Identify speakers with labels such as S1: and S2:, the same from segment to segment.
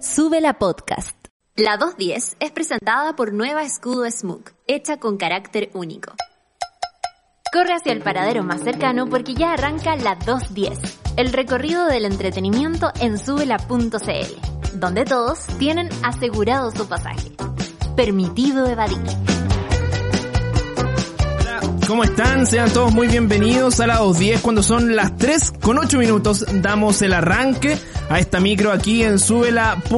S1: Sube la podcast.
S2: La 210 es presentada por Nueva Escudo Smook, hecha con carácter único. Corre hacia el paradero más cercano porque ya arranca la 210, el recorrido del entretenimiento en subela.cl, donde todos tienen asegurado su pasaje. Permitido evadir.
S3: ¿Cómo están? Sean todos muy bienvenidos a la 210 cuando son las 3 con 8 minutos. Damos el arranque a esta micro aquí en subela.cl.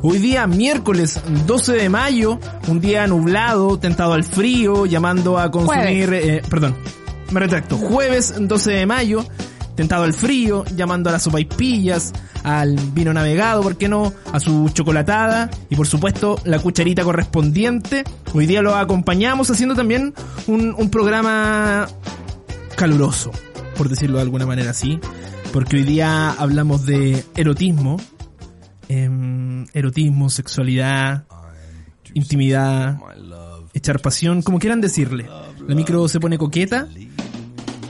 S3: Hoy día miércoles 12 de mayo, un día nublado, tentado al frío, llamando a consumir... eh, perdón, me retracto. Jueves 12 de mayo, tentado al frío, llamando a las sopaipillas, al vino navegado, ¿por qué no? A su chocolatada y por supuesto la cucharita correspondiente. Hoy día lo acompañamos haciendo también un, un programa caluroso, por decirlo de alguna manera así, porque hoy día hablamos de erotismo, em, erotismo, sexualidad, intimidad, echar pasión, como quieran decirle. La micro se pone coqueta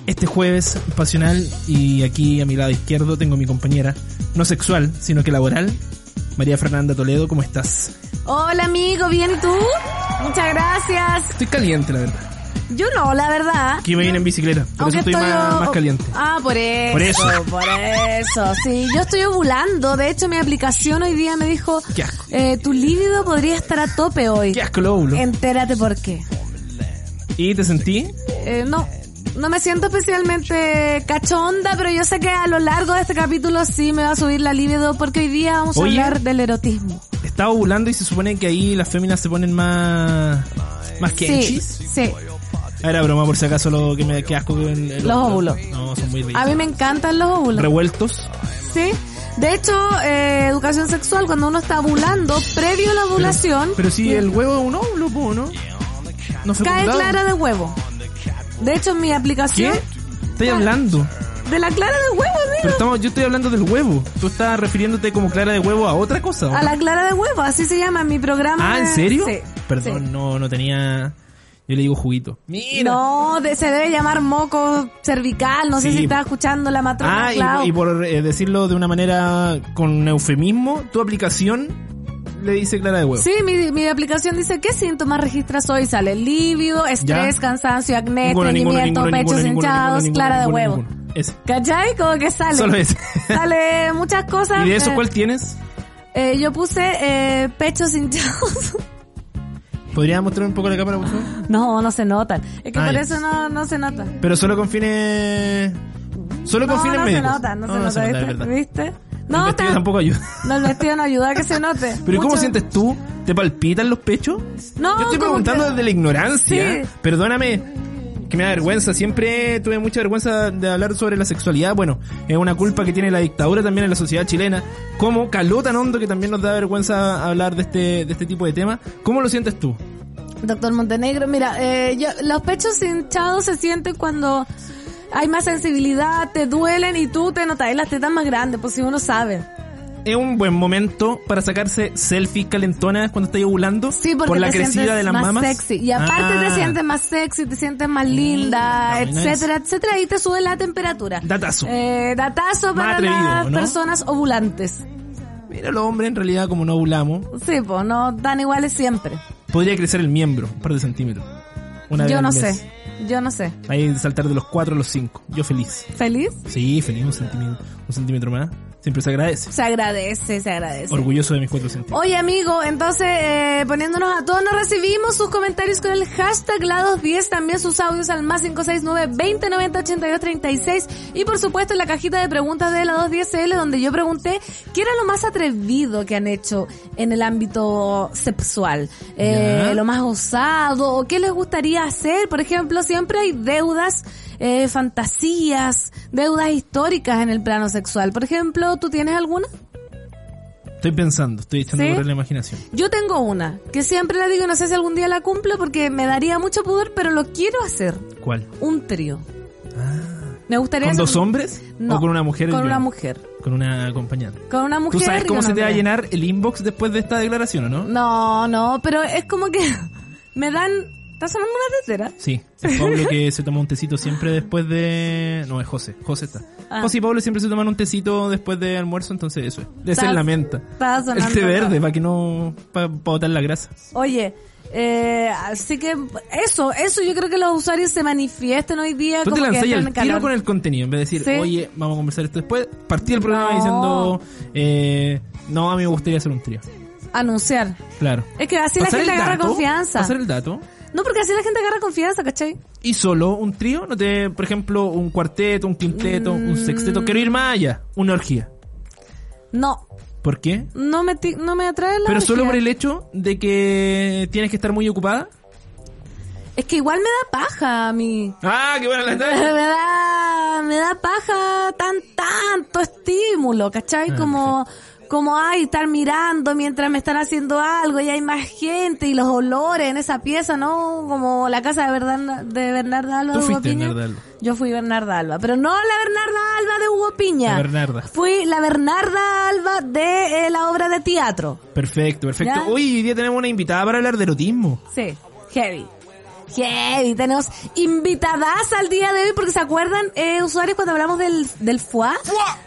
S3: este jueves pasional y aquí a mi lado izquierdo tengo a mi compañera, no sexual, sino que laboral, María Fernanda Toledo, ¿cómo estás?
S4: Hola amigo, ¿bien y tú? Muchas gracias.
S3: Estoy caliente, la verdad.
S4: Yo no, la verdad.
S3: Aquí me viene en bicicleta, por
S4: Aunque
S3: eso estoy más, más caliente.
S4: Ah, por eso.
S3: Por eso.
S4: Por eso. Sí, yo estoy ovulando. De hecho, mi aplicación hoy día me dijo,
S3: Qué asco.
S4: eh, tu líbido podría estar a tope hoy.
S3: Qué asco lo óvulo.
S4: Entérate por qué.
S3: ¿Y te sentí?
S4: Eh, no, no me siento especialmente cachonda, pero yo sé que a lo largo de este capítulo sí me va a subir la libido porque hoy día vamos a
S3: Oye.
S4: hablar del erotismo.
S3: Estaba ovulando y se supone que ahí las féminas se ponen más... Más que
S4: Sí, sí.
S3: Era broma por si acaso lo que me que asco que el- el
S4: Los
S3: óvulo.
S4: óvulos.
S3: No, son muy ricos.
S4: A mí me encantan los óvulos.
S3: Revueltos.
S4: Sí. De hecho, eh, educación sexual, cuando uno está ovulando, previo a la
S3: Pero-
S4: ovulación,
S3: Pero, si el huevo es un óvulo, po, ¿no? No
S4: cae
S3: fecundado.
S4: clara de huevo. De hecho, en mi aplicación,
S3: ¿Qué? Estoy hablando.
S4: de la clara de huevo,
S3: Pero
S4: mira.
S3: estamos, yo estoy hablando del huevo. Tú estás refiriéndote como clara de huevo a otra cosa. ¿o
S4: A
S3: no?
S4: la clara de huevo, así se llama en mi programa.
S3: ah, ¿en serio?
S4: Sí.
S3: Perdón,
S4: sí.
S3: no, no tenía. Yo le digo juguito. Mira.
S4: No, de- se debe llamar moco cervical, no sé
S3: Sí.
S4: si está escuchando la matrona,
S3: ah,
S4: Clau.
S3: y, y por eh, decirlo de una manera con eufemismo, tu aplicación le dice clara de huevo.
S4: Sí, mi, mi aplicación dice, ¿qué síntomas registras hoy? Sale lívido, estrés,
S3: Ya.
S4: cansancio, acné,
S3: Ninguno, ninguno,
S4: estreñimiento,
S3: ninguno, ninguno,
S4: pechos
S3: ninguno,
S4: este, hinchados,
S3: ninguno,
S4: clara
S3: ninguno,
S4: de huevo.
S3: ninguno. Ese.
S4: ¿Cachai? Como que sale.
S3: Solo ese.
S4: Sale muchas cosas.
S3: ¿Y de eso
S4: eh,
S3: cuál tienes?
S4: eh, yo puse eh, pechos hinchados.
S3: ¿Podría mostrar un poco la cámara, por favor?
S4: no, no se notan. Es que
S3: Ah,
S4: por
S3: ya.
S4: eso no, no se notan.
S3: Pero solo con fines. Solo con
S4: No,
S3: fines
S4: no se
S3: médicos.
S4: notan, no, se notan.
S3: nota, es
S4: ¿viste?
S3: verdad.
S4: ¿Viste?
S3: El
S4: No,
S3: vestido
S4: tan-
S3: tampoco ayuda.
S4: no, el vestido no ayuda a que se note.
S3: Pero ¿y ¿cómo
S4: Mucho-
S3: sientes tú? ¿Te palpitan los pechos?
S4: No,
S3: Yo estoy
S4: como
S3: preguntando
S4: que-
S3: desde la ignorancia.
S4: Sí.
S3: Perdóname. Que me da vergüenza, siempre tuve mucha vergüenza de hablar sobre la sexualidad. Bueno, es una culpa que tiene la dictadura también en la sociedad chilena. Como caló tan hondo que también nos da vergüenza hablar de este, de este tipo de temas. ¿Cómo lo sientes tú?
S4: Doctor Montenegro, mira, eh, yo- los pechos hinchados se sienten cuando hay más sensibilidad, te duelen y tú te notas las tetas más grandes, por si uno sabe.
S3: Es un buen momento para sacarse selfies calentonas cuando estáis ovulando
S4: Sí, porque
S3: por la
S4: te
S3: crecida
S4: sientes
S3: de las
S4: más
S3: mamas.
S4: sexy. Y aparte
S3: Ah, Mm,
S4: te sientes más sexy, te sientes más linda,
S3: muy nice.
S4: etcétera, etcétera. Y te sube la temperatura.
S3: Datazo.
S4: Eh, datazo para
S3: atrevido,
S4: las
S3: ¿no?
S4: personas ovulantes.
S3: Mira, los hombres en realidad como no ovulamos,
S4: Sí, pues no dan iguales siempre.
S3: Podría crecer el miembro, un par de centímetros. Una vez
S4: Yo
S3: al
S4: no
S3: mes.
S4: sé, yo no sé.
S3: Ahí saltar de los 4 a los 5. Yo feliz.
S4: ¿Feliz?
S3: Sí, feliz, un centímetro, un centímetro más. Siempre se agradece.
S4: Se agradece, se agradece.
S3: Orgulloso de mis 4 centímetros.
S4: Oye amigo, entonces eh, poniéndonos a tono, recibimos sus comentarios con el hashtag LADOS10, también sus audios al más 569-2090-8236 y por supuesto en la cajita de preguntas de la 210L donde yo pregunté qué era lo más atrevido que han hecho en el ámbito sexual, Eh,
S3: Ya.
S4: lo más osado o qué les gustaría hacer, por ejemplo, siempre hay deudas. eh, fantasías, deudas históricas en el plano sexual. Por ejemplo, ¿tú tienes alguna?
S3: Estoy pensando, estoy echando
S4: ¿Sí?
S3: por la imaginación.
S4: Yo tengo una, que siempre la digo, no sé si algún día la cumplo porque me daría mucho pudor, pero lo quiero hacer.
S3: ¿Cuál?
S4: Un trío. Me gustaría
S3: Ah. ¿Con
S4: hacer-
S3: dos hombres?
S4: No,
S3: ¿O con una mujer?
S4: Con
S3: y
S4: una
S3: un-
S4: mujer.
S3: Con una acompañante.
S4: Con una mujer.
S3: ¿Tú sabes
S4: y
S3: cómo
S4: un
S3: se te va a
S4: hombre.
S3: llenar el inbox después de esta declaración o no?
S4: No, no, pero es como que me dan ¿Estás sonando una tetera?
S3: Sí, es Pablo que se toma un tecito siempre después de... No, es José, José está.
S4: Ah.
S3: José y Pablo siempre se toman un tecito después de almuerzo, entonces eso es. Esa
S4: Estaba-
S3: es la menta.
S4: estaba sonando
S3: El té
S4: acá.
S3: verde, para que no... para botar la grasa.
S4: Oye, eh, así que eso, eso yo creo que los usuarios se manifiesten hoy día.
S3: Tú te
S4: como que
S3: lanzas
S4: están
S3: al
S4: en calor.
S3: tiro con el contenido, en vez de decir,
S4: Sí.
S3: oye, vamos a conversar esto después. Partí el programa
S4: No.
S3: diciendo, eh, no, a mí me gustaría hacer un trío.
S4: Anunciar.
S3: Claro.
S4: Es que así la
S3: Pasar
S4: gente
S3: el
S4: agarra
S3: dato,
S4: confianza.
S3: Pasar el dato.
S4: No, porque así la gente agarra confianza, ¿cachai?
S3: Y solo un trío, no te, por ejemplo, un cuarteto, un quinteto, un
S4: Mm.
S3: sexteto. Quiero ir más allá, una orgía.
S4: No,
S3: ¿Por qué?
S4: no me, ti- no me atrae la
S3: Pero solo por
S4: energía.
S3: el hecho de que tienes que estar muy ocupada.
S4: Es que igual me da paja a mí.
S3: Ah, qué buena la
S4: me
S3: tarde.
S4: da, me da paja tan tanto estímulo, ¿cachai?
S3: Ah,
S4: como, como ay, estar mirando mientras me están haciendo algo y hay más gente y los olores en esa pieza, ¿no? Como la casa de Bernarda, de Bernarda Alba
S3: Tú
S4: de Hugo
S3: fuiste
S4: Piña.
S3: Bernarda Alba.
S4: Yo fui Bernarda Alba, pero no la Bernarda Alba de Hugo Piña.
S3: La Bernarda.
S4: Fui la Bernarda Alba de eh, la obra de teatro.
S3: Perfecto, perfecto.
S4: Ya.
S3: Hoy hoy día tenemos una invitada para hablar de erotismo.
S4: Sí, heavy. Heavy, tenemos invitadas al día de hoy porque se acuerdan, eh, usuarios, cuando hablamos del, del FUA,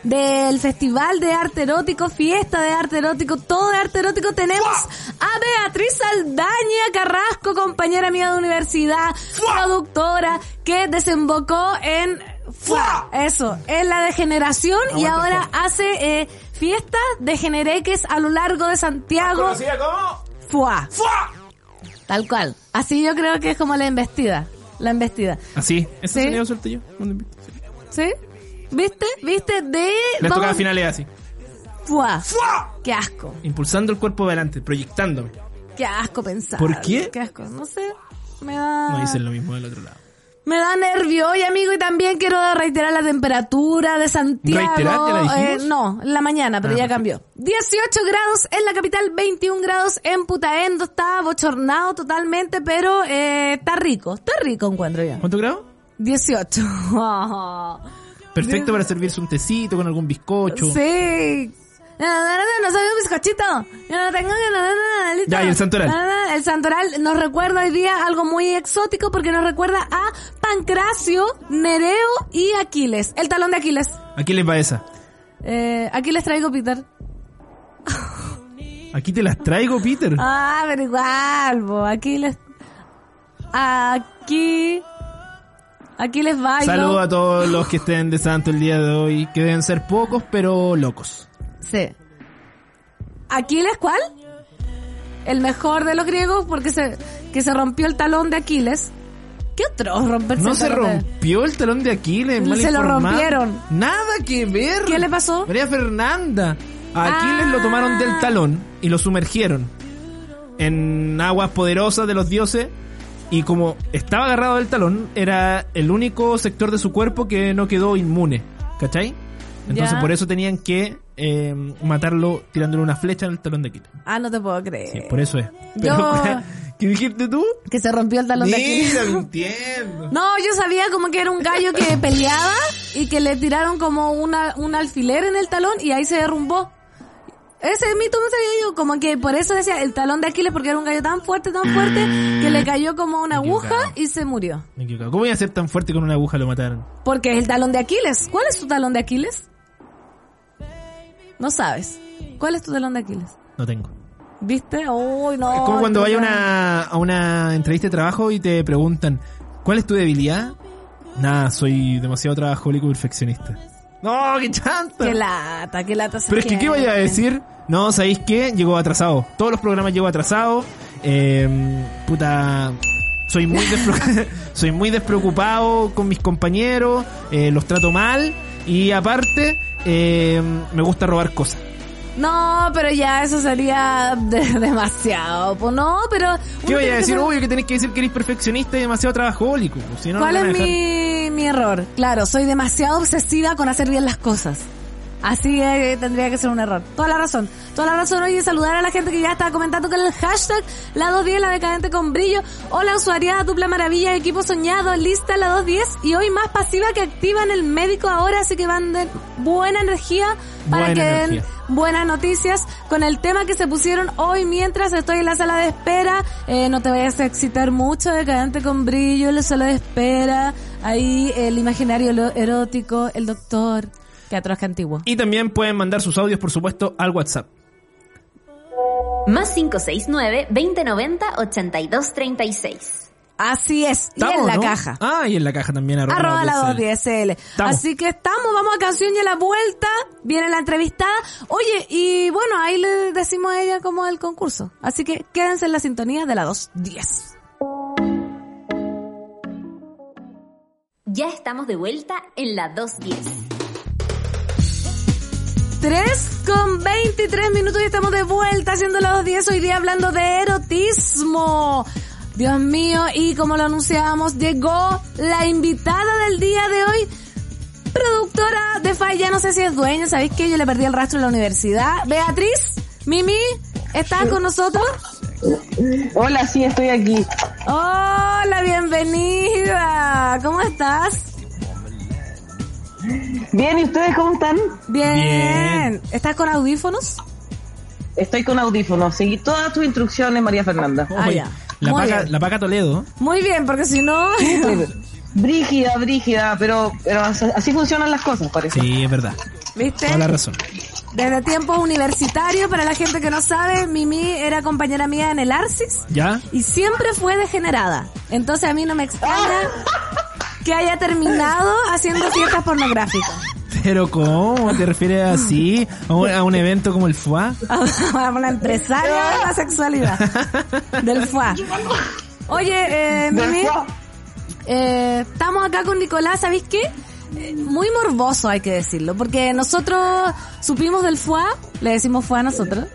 S4: del Festival de Arte Erótico, Fiesta de Arte Erótico, todo de Arte Erótico, tenemos a Beatriz Aldaña Carrasco, compañera mía de universidad, productora, que desembocó en FUA, eso, en la degeneración y
S3: Aguante,
S4: ahora hace eh, fiestas de genereques a lo largo de Santiago,
S3: como?
S4: FUA. Tal cual. Así yo creo que es como la embestida. La embestida.
S3: Así, ese
S4: Sí.
S3: sonido suelto yo. cuando invito.
S4: ¿Sí? ¿Viste? ¿Viste? De...
S3: Les
S4: vamos-
S3: tocaba finales así.
S4: ¡Fua! ¡Qué asco!
S3: Impulsando el cuerpo adelante, proyectándome.
S4: ¡Qué asco pensar!
S3: ¿Por qué?
S4: ¡Qué asco! No sé. Me da...
S3: No dicen lo mismo del otro lado.
S4: Me da nervio y amigo, y también quiero reiterar la temperatura de Santiago.
S3: ¿Reiteraste? ¿La dijimos?
S4: Eh, no, en la mañana, pero
S3: Ah,
S4: ya
S3: perfecto.
S4: cambió. 18 grados en la capital, 21 grados en Putaendo. Está bochornado totalmente, pero eh, está rico. Está rico, encuentro yo. Oh.
S3: ¿Cuánto grado?
S4: 18.
S3: Perfecto para servirse un tecito con algún bizcocho.
S4: Sí. No, no, no, no, no soy un bizcochito. Yo no tengo que no, no, no, no, listo.
S3: Ya, y el santoral.
S4: No, no, no, el santoral nos recuerda hoy día algo muy exótico porque nos recuerda a Pancracio, Nereo y Aquiles. El talón de Aquiles.
S3: Aquí les va esa.
S4: Eh, aquí les traigo Peter.
S3: Aquí te las traigo, Peter.
S4: Ah, pero igual, bo, aquí les... Aquí... Aquí les bailo.
S3: Saludo a todos los que estén de santo el día de hoy, que deben ser pocos pero locos.
S4: Sí. ¿Aquiles cuál? El mejor de los griegos porque se, que se rompió el talón de Aquiles. ¿Qué otro romperse
S3: No
S4: el
S3: se
S4: talón de-
S3: rompió el talón de Aquiles, mal
S4: Se lo
S3: informado.
S4: rompieron.
S3: Nada que ver.
S4: ¿Qué le pasó?
S3: María Fernanda. A Aquiles
S4: Ah.
S3: lo tomaron del talón y lo sumergieron en aguas poderosas de los dioses. Y como estaba agarrado del talón, era el único sector de su cuerpo que no quedó inmune. ¿Cachai? Entonces
S4: Ya.
S3: por eso tenían que eh, matarlo tirándole una flecha en el talón de Aquiles.
S4: Ah, no te puedo creer.
S3: Sí, por eso es.
S4: Yo-
S3: ¿Qué dijiste tú?
S4: Que se rompió el talón de Aquiles.
S3: mintiendo.
S4: No, yo sabía como que era un gallo que peleaba y que le tiraron como una, un alfiler en el talón y ahí se derrumbó. Ese mito no sabía yo, como que por eso decía el talón de Aquiles porque era un gallo tan fuerte, tan fuerte, que
S3: Ah.
S4: le cayó como una aguja y se murió.
S3: Me he equivocado. ¿Cómo iba a ser tan fuerte con una aguja lo mataron?
S4: Porque es el talón de Aquiles. ¿Cuál es tu talón de Aquiles? No sabes. ¿Cuál es tu talón de Aquiles?
S3: No tengo.
S4: ¿Viste? Uy, no.
S3: Es como cuando vaya
S4: entonces-
S3: una, a una entrevista de trabajo y te preguntan, ¿cuál es tu debilidad? Nada, soy demasiado trabajólico y perfeccionista. No, qué chanta.
S4: Qué lata, qué lata. esa
S3: Pero es que, ¿qué
S4: gente.
S3: vaya a decir? No, ¿sabéis qué? Llegó atrasado. Todos los programas llego atrasado. Eh, puta... Soy muy, despre- soy muy despreocupado con mis compañeros, eh, los trato mal y aparte eh, me gusta robar cosas.
S4: No, pero ya eso sería de- demasiado. Pues no, pero.
S3: ¿Qué voy
S4: uno
S3: a
S4: tiene que
S3: decir?
S4: saber
S3: Obvio que tenés que decir que eres perfeccionista y demasiado trabajólico. pues, Si no, no
S4: ¿Cuál
S3: van a
S4: es
S3: dejar-
S4: mi, mi error? Claro, soy demasiado obsesiva con hacer bien las cosas. Así eh, tendría que ser un error. Toda la razón. Toda la razón. Oye, saludar a la gente que ya está comentando con el hashtag La 210, la decadente con brillo. Hola, usuaria, dupla maravilla, equipo soñado, lista la 210. Y hoy más pasiva que activa en el médico ahora, así que van de buena energía para
S3: Buena
S4: que
S3: energía.
S4: den buenas noticias con el tema que se pusieron hoy mientras estoy en la sala de espera. Eh, no te vayas a excitar mucho, decadente con brillo, en la sala de espera. Ahí el imaginario lo- erótico, el doctor. Qué atroz que antiguo.
S3: Y también pueden mandar sus audios, por supuesto, al WhatsApp.
S2: Más 569-2090-8236.
S4: Así es, y en
S3: ¿Estamos,
S4: la
S3: no?
S4: caja.
S3: Ah, y en la caja también.
S4: Arroba la
S3: la
S4: 210 SL.
S3: Estamos.
S4: Así que estamos, vamos a canción y a la vuelta. Viene la entrevistada. Oye, y bueno, ahí le decimos a ella como el concurso. Así que quédense en la sintonía de la 210.
S2: Ya estamos de vuelta en la 210.
S4: 3 con 23 minutos y estamos de vuelta haciendo la 210 hoy día hablando de erotismo. Dios mío, y como lo anunciábamos, llegó la invitada del día de hoy. Productora de Falla, no sé si es dueña, ¿sabéis que yo le perdí el rastro en la universidad? Beatriz, Mimi, ¿estás con nosotros?
S1: Hola, sí, estoy aquí.
S4: Hola, bienvenida. ¿Cómo estás?
S1: Bien, ¿y ustedes cómo están?
S4: Bien.
S3: Bien.
S4: ¿Estás con audífonos?
S1: Estoy con audífonos. Seguí todas tus instrucciones, María Fernanda.
S4: Ah,
S3: Oye,
S4: ya.
S3: La
S4: Muy
S3: paca,
S4: bien.
S3: la paca Toledo.
S4: Muy bien, porque si no...
S1: Brígida, brígida, pero, pero así así funcionan las cosas, parece.
S3: Sí, es verdad.
S4: ¿Viste?
S3: Toda la razón.
S4: Desde tiempos universitarios, para la gente que no sabe, Mimi era compañera mía en el Arcis
S3: ¿Ya?
S4: y siempre fue degenerada. Entonces a mí no me extraña que haya terminado haciendo fiestas pornográficas.
S3: Pero ¿cómo? ¿Te refieres así? ¿A un, a un evento como el FUA?
S4: A una empresaria de la sexualidad. Del FUA. Oye, eh, Mimi, eh, estamos acá con Nicolás, ¿sabéis qué? Eh, Muy morboso hay que decirlo, porque nosotros supimos del FUA, le decimos FUA a nosotros,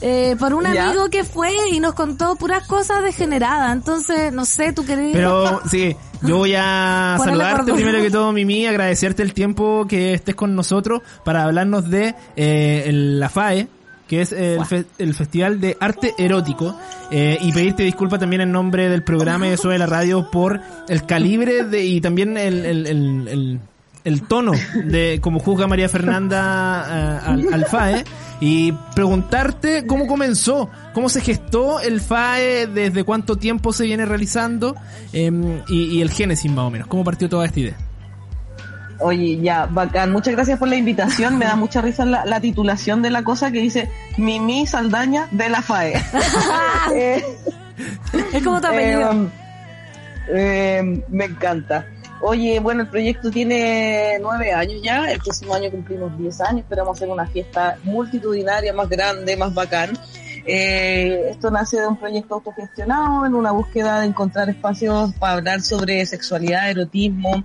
S4: eh, por un
S1: Ya.
S4: amigo que fue y nos contó puras cosas degeneradas, entonces, no sé, tú querés...
S3: Pero sí, yo voy a
S4: Ponele
S3: saludarte
S4: cordón.
S3: primero que todo, Mimi, agradecerte el tiempo que estés con nosotros para hablarnos de eh, el- la FAE que es el, fe- el Festival de Arte Erótico, eh, y pedirte disculpa también en nombre del programa de Sube la Radio por el calibre de, y también el, el, el, el- el tono de como juzga María Fernanda eh, al, al FAE, y preguntarte cómo comenzó, cómo se gestó el FAE, desde cuánto tiempo se viene realizando, em, y, y el génesis más o menos, cómo partió toda esta idea.
S1: Oye, ya, bacán. Muchas gracias por la invitación. Me da mucha risa la, la titulación de la cosa que dice Mimi Saldaña de la FAE. Eh,
S4: es como tu apellido.
S1: Eh, eh, me encanta. Oye, bueno, el proyecto tiene nueve años ya. El próximo año cumplimos diez años. Esperamos hacer una fiesta multitudinaria, más grande, más bacán. Eh, esto nace de un proyecto autogestionado en una búsqueda de encontrar espacios para hablar sobre sexualidad, erotismo,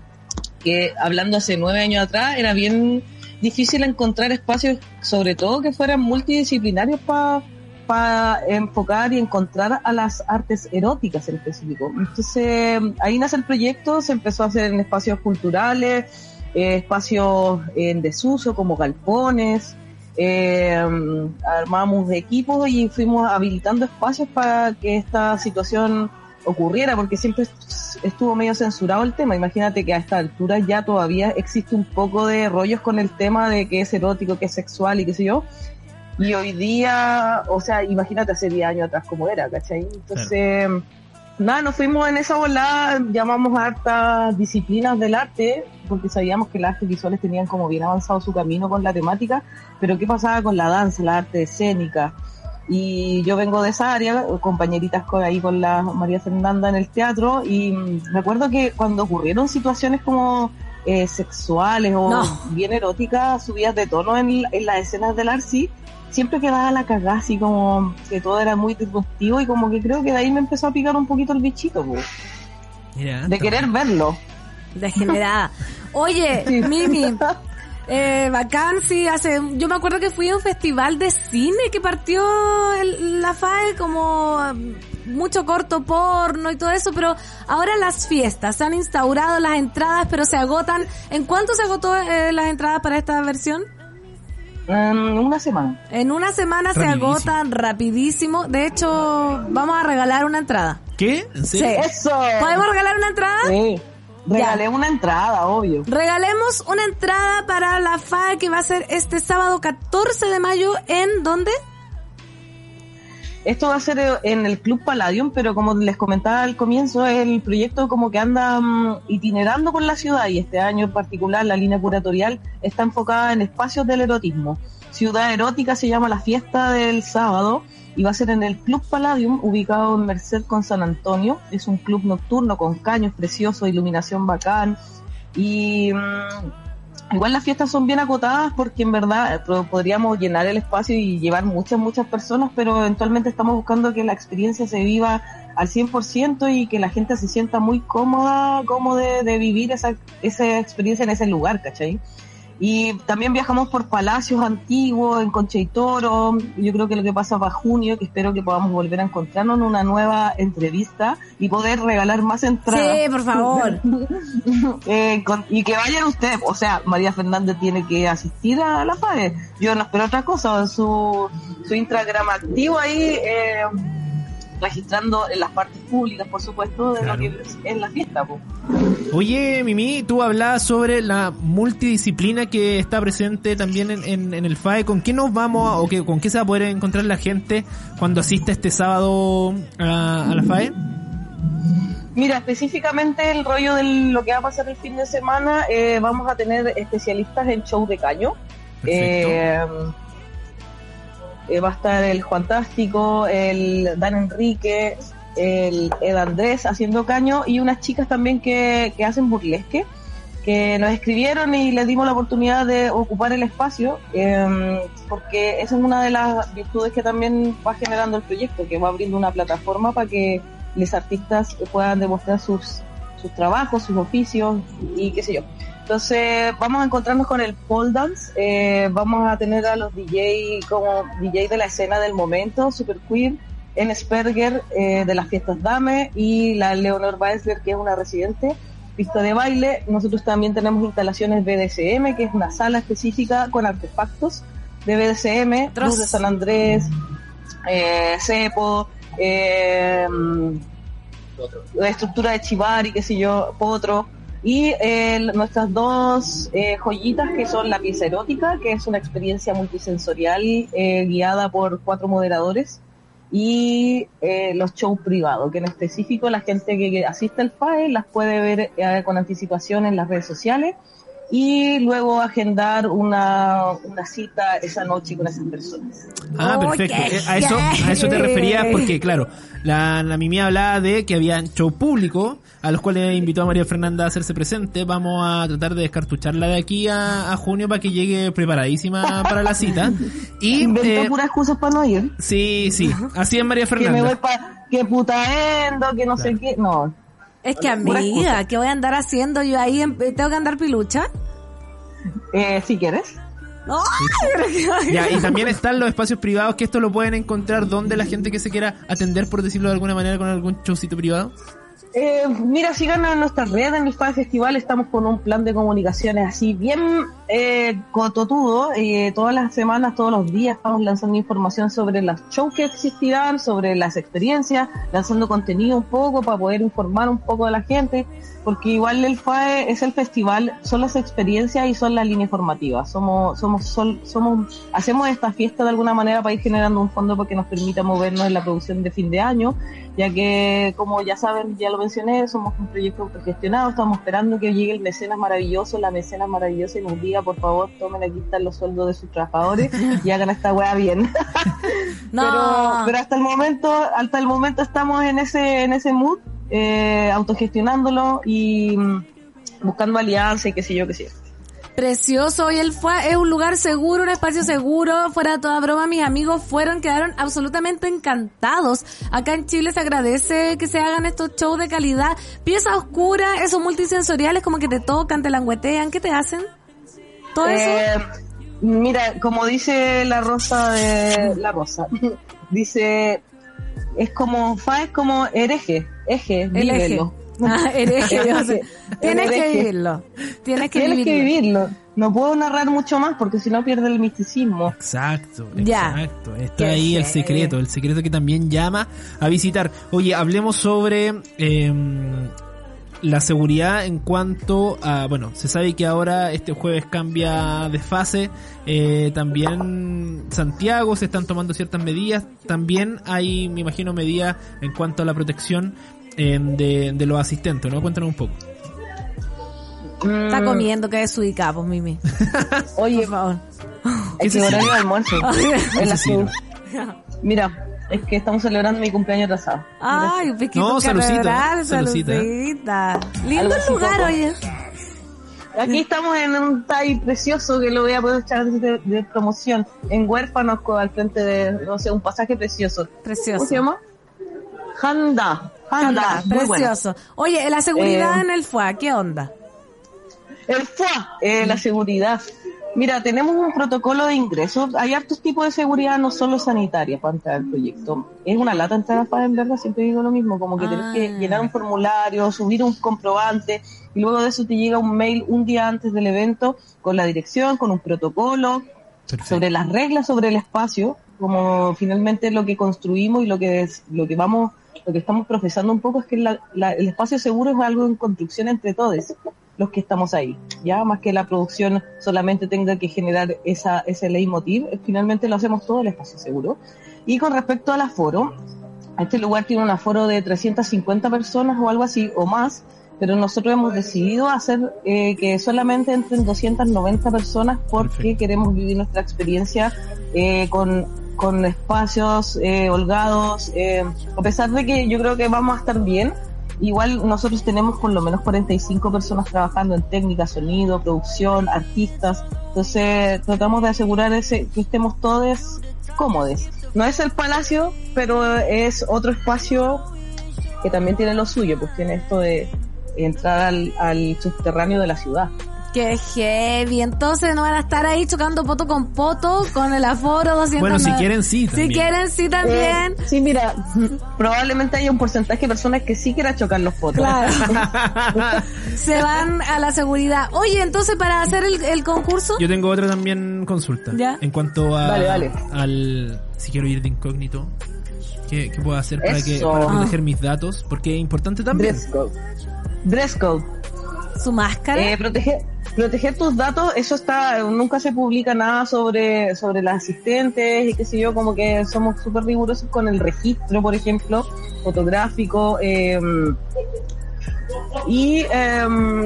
S1: que hablando hace nueve años atrás era bien difícil encontrar espacios, sobre todo que fueran multidisciplinarios para para enfocar y encontrar a las artes eróticas en específico. Entonces, ahí nace el proyecto, se empezó a hacer en espacios culturales, eh, espacios eh, en desuso como galpones, eh, armamos equipos y fuimos habilitando espacios para que esta situación ocurriera, porque siempre est- estuvo medio censurado el tema. Imagínate que a esta altura ya todavía existe un poco de rollos con el tema de que es erótico, que es sexual y qué sé yo. Y hoy día, o sea, imagínate hace 10 años atrás cómo era, ¿cachai? Entonces, nada, nos fuimos en esa volada, llamamos a hartas disciplinas del arte, porque sabíamos que las artes visuales tenían como bien avanzado su camino con la temática, pero ¿qué pasaba con la danza, la arte escénica? Y yo vengo de esa área, compañeritas con ahí con la María Fernanda en el teatro, y mm, me acuerdo que cuando ocurrieron situaciones como eh, sexuales o
S4: No.
S1: bien eróticas, subidas de tono en, en las escenas del Arsi, siempre quedaba la cagada así como que todo era muy disruptivo y como que creo que de ahí me empezó a picar un poquito el bichito, po,
S3: Mira,
S1: de querer verlo.
S4: Degenerada. Oye,
S1: Sí.
S4: Mimi, eh, bacán, sí, hace, yo me acuerdo que fui a un festival de cine que partió el- la FAE como mm, mucho corto porno y todo eso, pero ahora las fiestas, se han instaurado las entradas, pero se agotan. ¿En cuánto se agotó eh, las entradas para esta versión?
S1: En una semana.
S4: En una semana
S3: Rapidísimo.
S4: se agotan rapidísimo. De hecho, vamos a regalar una entrada.
S3: ¿Qué? ¿En serio?
S4: Sí.
S1: ¡Eso!
S4: ¿Podemos regalar una entrada?
S1: Sí. Regalé una entrada, obvio.
S4: Regalemos una entrada para la FA que va a ser este sábado 14 de mayo en ¿dónde?
S1: Esto va a ser eh, en el Club Palladium, pero como les comentaba al comienzo, el proyecto como que anda mm, itinerando con la ciudad y este año en particular la línea curatorial está enfocada en espacios del erotismo. Ciudad Erótica se llama la fiesta del sábado y va a ser en el Club Palladium, ubicado en Merced con San Antonio. Es un club nocturno con caños preciosos, iluminación bacán y mm, igual las fiestas son bien acotadas porque en verdad eh, pro- podríamos llenar el espacio y llevar muchas, muchas personas, pero eventualmente estamos buscando que la experiencia se viva al 100% y que la gente se sienta muy cómoda, cómoda de, de vivir esa, esa experiencia en ese lugar, ¿cachai? Y también viajamos por palacios antiguos, en Concha y Toro. Yo creo que lo que pasa para junio, que espero que podamos volver a encontrarnos en una nueva entrevista y poder regalar más entradas.
S4: Sí, por favor.
S1: Eh, con- y que vayan ustedes, o sea, María Fernández tiene que asistir a la FAE. Yo no espero otra cosa, su, su Instagram activo ahí, eh, registrando en las partes públicas, por supuesto, de
S3: Claro.
S1: lo que es- es la fiesta. po.
S3: Oye, Mimi, tú hablabas sobre la multidisciplina que está presente también en, en- en el FAE. ¿Con qué nos vamos a- o qué- con qué se va a poder encontrar la gente cuando asista este sábado a, E? a la FAE?
S1: Mira, específicamente el rollo de lo que va a pasar el fin de semana, eh, vamos a tener especialistas en show de caño.
S3: Perfecto.
S1: Eh, eh, va a estar el Fantástico, el Dan Enrique, el, el Andrés haciendo caño y unas chicas también que, que hacen burlesque, que nos escribieron y les dimos la oportunidad de ocupar el espacio, eh, porque esa es una de las virtudes que también va generando el proyecto, que va abriendo una plataforma para que los artistas puedan demostrar sus, sus trabajos, sus oficios y qué sé yo. Entonces vamos a encontrarnos con el pole dance, eh, vamos a tener a los DJ como DJ de la escena del momento, Super Queer, en Sperger eh, de las fiestas Dame y la Leonor Weisberg que es una residente, pista de baile. Nosotros también tenemos instalaciones BDSM, que es una sala específica con artefactos de BDSM,
S4: Tras.
S1: Cruz de San Andrés, eh, Cepo, eh, la estructura de Chivari, qué sé yo, Potro. Y eh, nuestras dos eh, joyitas que son la pieza erótica, que es una experiencia multisensorial eh, guiada por cuatro moderadores, y eh, los shows privados, que en específico la gente que, que asiste al FAE las puede ver eh, con anticipación en las redes sociales y luego agendar una, una cita esa noche con esas personas.
S3: Ah,
S4: Oh,
S3: perfecto.
S4: qué
S3: Eh, A eso, a eso te
S4: gay.
S3: referías porque, claro, la, la Mimi hablaba de que había show público a los cuales invitó a María Fernanda a hacerse presente. Vamos a tratar de descartucharla de aquí a, a junio para que llegue preparadísima para la cita. Y,
S1: Inventó
S3: eh,
S1: puras excusas para no ir.
S3: sí, sí, así es María
S1: Que me voy
S3: Fernanda.
S1: para... Que putaendo, que no sé qué. No.
S4: Es que
S1: Pura
S4: amiga, ¿qué voy a andar haciendo yo ahí? en- ¿Tengo que andar pilucha?
S1: Eh, si quieres.
S4: ¡No! pero qué-
S3: Ya, y también están los espacios privados que esto lo pueden encontrar donde la gente que se quiera atender, por decirlo de alguna manera, con algún showcito privado.
S1: Eh, mira, sigan a nuestras redes en el FAE Festival. Estamos con un plan de comunicaciones así bien eh, cototudo. Eh, todas las semanas, todos los días estamos lanzando información sobre los shows que existirán, sobre las experiencias, lanzando contenido un poco para poder informar un poco a la gente. Porque igual el FAE es el festival, son las experiencias y son las líneas formativas. Somos, somos, sol- somos, hacemos esta fiesta de alguna manera para ir generando un fondo para que nos permita movernos en la producción de fin de año ya que como ya saben, ya lo mencioné, somos un proyecto autogestionado, estamos esperando que llegue el mecenas maravilloso, la mecenas maravillosa y nos diga, por favor, tomen aquí están los sueldos de sus trabajadores y hagan esta weá bien. Pero,
S4: No.
S1: pero hasta el momento, hasta el momento estamos en ese, en ese mood, eh, autogestionándolo y mm, buscando alianzas y qué sé yo, qué sé yo.
S4: Precioso, y él fue, es un lugar seguro, un espacio seguro, fuera de toda broma, mis amigos fueron, quedaron absolutamente encantados. Acá en Chile se agradece que se hagan estos shows de calidad, pieza oscura, esos multisensoriales como que te tocan, te languetean, ¿qué te hacen? Todo eso.
S1: Eh, mira, como dice la rosa de la rosa, dice es como fa es como hereje, eje,
S4: El eje.
S1: vívelo.
S4: Ah, hereje, yo sé.
S1: El
S4: Tienes que
S1: hereje.
S4: vivirlo. Tienes que
S1: Tienes
S4: vivirlo.
S1: que vivirlo. No puedo narrar mucho más porque si no pierde el misticismo.
S3: Exacto,
S4: Ya.
S3: exacto. Está
S4: Qué
S3: ahí el
S4: heavy.
S3: secreto, el secreto que también llama a visitar. Oye, hablemos sobre eh, la seguridad en cuanto a, bueno, se sabe que ahora este jueves cambia de fase, eh, también Santiago se están tomando ciertas medidas, también hay, me imagino, medidas en cuanto a la protección eh, de, de los asistentes, ¿no? Cuéntanos un poco.
S4: Está
S1: Mm,
S4: comiendo que es su pues Mimi.
S1: Oye,
S4: Por favor.
S1: es que
S3: se
S1: horario de almuerzo. Es la
S3: Sí, no.
S1: su- Mira, es que estamos celebrando mi cumpleaños atrasado.
S4: Ay, un pesquito
S3: No, salucito,
S4: catedral,
S3: salucito,
S4: saludita. Lindo
S1: Algo así,
S4: lugar,
S1: poco.
S4: oye.
S1: Aquí estamos en un tai precioso que lo voy a poder echar de, de promoción. En huérfanos co- al frente de, no sé, un pasaje precioso.
S4: Precioso.
S1: ¿Cómo se llama? Handa. Handa.
S4: Anda,
S1: muy bueno.
S4: precioso. Oye, la seguridad
S1: Eh,
S4: en el FUA, ¿qué onda?
S1: El FUA, eh, la seguridad. Mira, tenemos un protocolo de ingreso. Hay hartos tipos de seguridad, no solo sanitaria, para entrar al proyecto. Es una lata entrar a FADEM, ¿verdad? Siempre digo lo mismo, como que
S4: Ah.
S1: tenés que llenar un formulario, subir un comprobante, y luego de eso te llega un mail un día antes del evento con la dirección, con un protocolo,
S3: Perfecto.
S1: sobre las reglas sobre el espacio, como finalmente lo que construimos y lo que es, lo que vamos, lo que estamos profesando un poco es que la- la- el espacio seguro es algo en construcción entre todos los que estamos ahí, ya más que la producción solamente tenga que generar esa, ese leitmotiv, eh, finalmente lo hacemos todo el espacio seguro. Y con respecto al aforo, este lugar tiene un aforo de 350 personas o algo así, o más, pero nosotros hemos decidido hacer eh, que solamente entren 290 personas porque
S3: Perfecto.
S1: queremos vivir nuestra experiencia eh, con, con espacios eh, holgados, eh, a pesar de que yo creo que vamos a estar bien. Igual nosotros tenemos por lo menos 45 personas trabajando en técnica, sonido, producción, artistas. Entonces tratamos de asegurar ese, que estemos todos cómodos. No es el palacio, pero es otro espacio que también tiene lo suyo, pues tiene esto de entrar al, al subterráneo de la ciudad.
S4: Qué heavy. Entonces no van a estar ahí chocando poto con poto con el aforo 200.
S3: Bueno, si quieren, sí.
S4: Si
S3: también.
S4: quieren, sí también.
S1: Eh, sí, mira, probablemente haya un porcentaje de personas que sí quiera chocar los fotos.
S4: Claro. Se van a la seguridad. Oye, entonces para hacer el, el concurso.
S3: Yo tengo otra también consulta.
S4: Ya.
S3: En cuanto a,
S1: Dale, dale.
S3: al... Si quiero ir de incógnito, ¿qué, qué puedo hacer para, que,
S1: Eso.
S3: para proteger mis datos? Porque es importante también.
S1: Dress code. Dress code.
S4: Su máscara.
S1: Eh, proteger, proteger tus datos, eso está, nunca se publica nada sobre, sobre las asistentes y qué sé yo, como que somos súper rigurosos con el registro, por ejemplo, fotográfico. eh, y eh,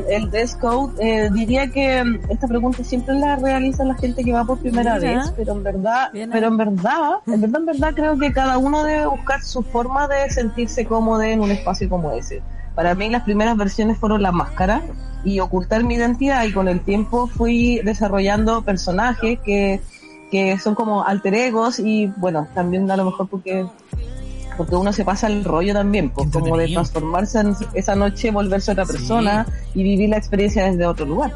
S1: el dress code, eh, diría que mm, esta pregunta siempre la realiza la gente que va por primera
S4: Mira.
S1: vez, pero en verdad,
S4: Bien ahí.
S1: pero en verdad, en verdad, en verdad creo que cada uno debe buscar su forma de sentirse cómodo en un espacio como ese. Para mí las primeras versiones fueron la máscara y ocultar mi identidad y con el tiempo fui desarrollando personajes que, que son como alter egos y bueno, también a lo mejor porque porque uno se pasa el rollo también, pues,
S3: Qué
S1: como de
S3: entretenido.
S1: transformarse en esa noche, volverse otra
S3: Sí.
S1: persona y vivir la experiencia desde otro lugar.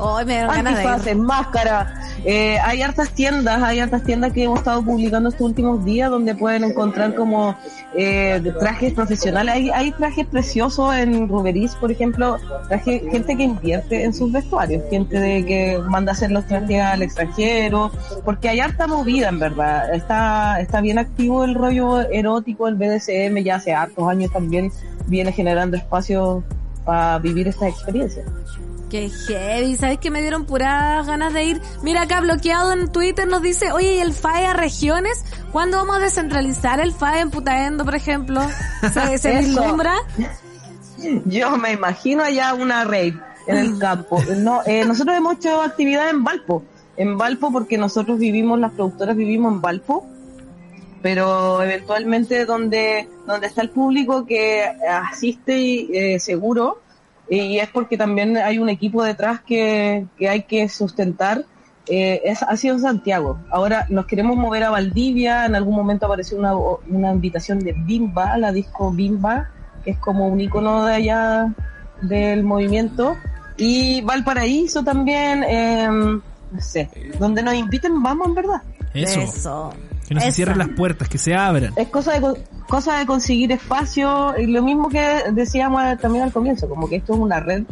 S4: Hoy me dieron ganas de ir.
S1: Antifaces, máscara. Eh, hay hartas tiendas, hay hartas tiendas que hemos estado publicando estos últimos días donde pueden encontrar como eh, trajes profesionales. Hay, hay trajes preciosos en Ruberis, por ejemplo, traje, gente que invierte en sus vestuarios, gente de que manda a hacer los trajes al extranjero, porque hay harta movida en verdad. Está, está bien activo el rollo erótico, el BDSM ya hace hartos años también viene generando espacios para vivir estas experiencias.
S4: Qué heavy, ¿sabes que me dieron puras ganas de ir? Mira acá bloqueado en Twitter nos dice, oye, ¿y el FAE a regiones? ¿Cuándo vamos a descentralizar el FAE en Putaendo, por ejemplo? ¿Se, se
S1: Eso.
S4: vislumbra?
S1: Yo me imagino allá una rave en el campo. No, eh, nosotros hemos hecho actividad en Valpo, en Valpo porque nosotros vivimos, las productoras vivimos en Valpo, pero eventualmente donde donde está el público que asiste y, eh, seguro y es porque también hay un equipo detrás que, que hay que sustentar. Eh, es, ha sido Santiago. Ahora nos queremos mover a Valdivia. En algún momento apareció una, una invitación de Bimba, la disco Bimba, que es como un icono de allá del movimiento. Y Valparaíso también. eh, no sé. Donde nos inviten, vamos en verdad.
S3: Eso.
S4: Eso.
S3: Que no se
S4: Eso.
S3: cierren las puertas, que se abran.
S1: Es cosa de, con- cosa de conseguir espacio. Y lo mismo que decíamos también al comienzo, como que esto es una red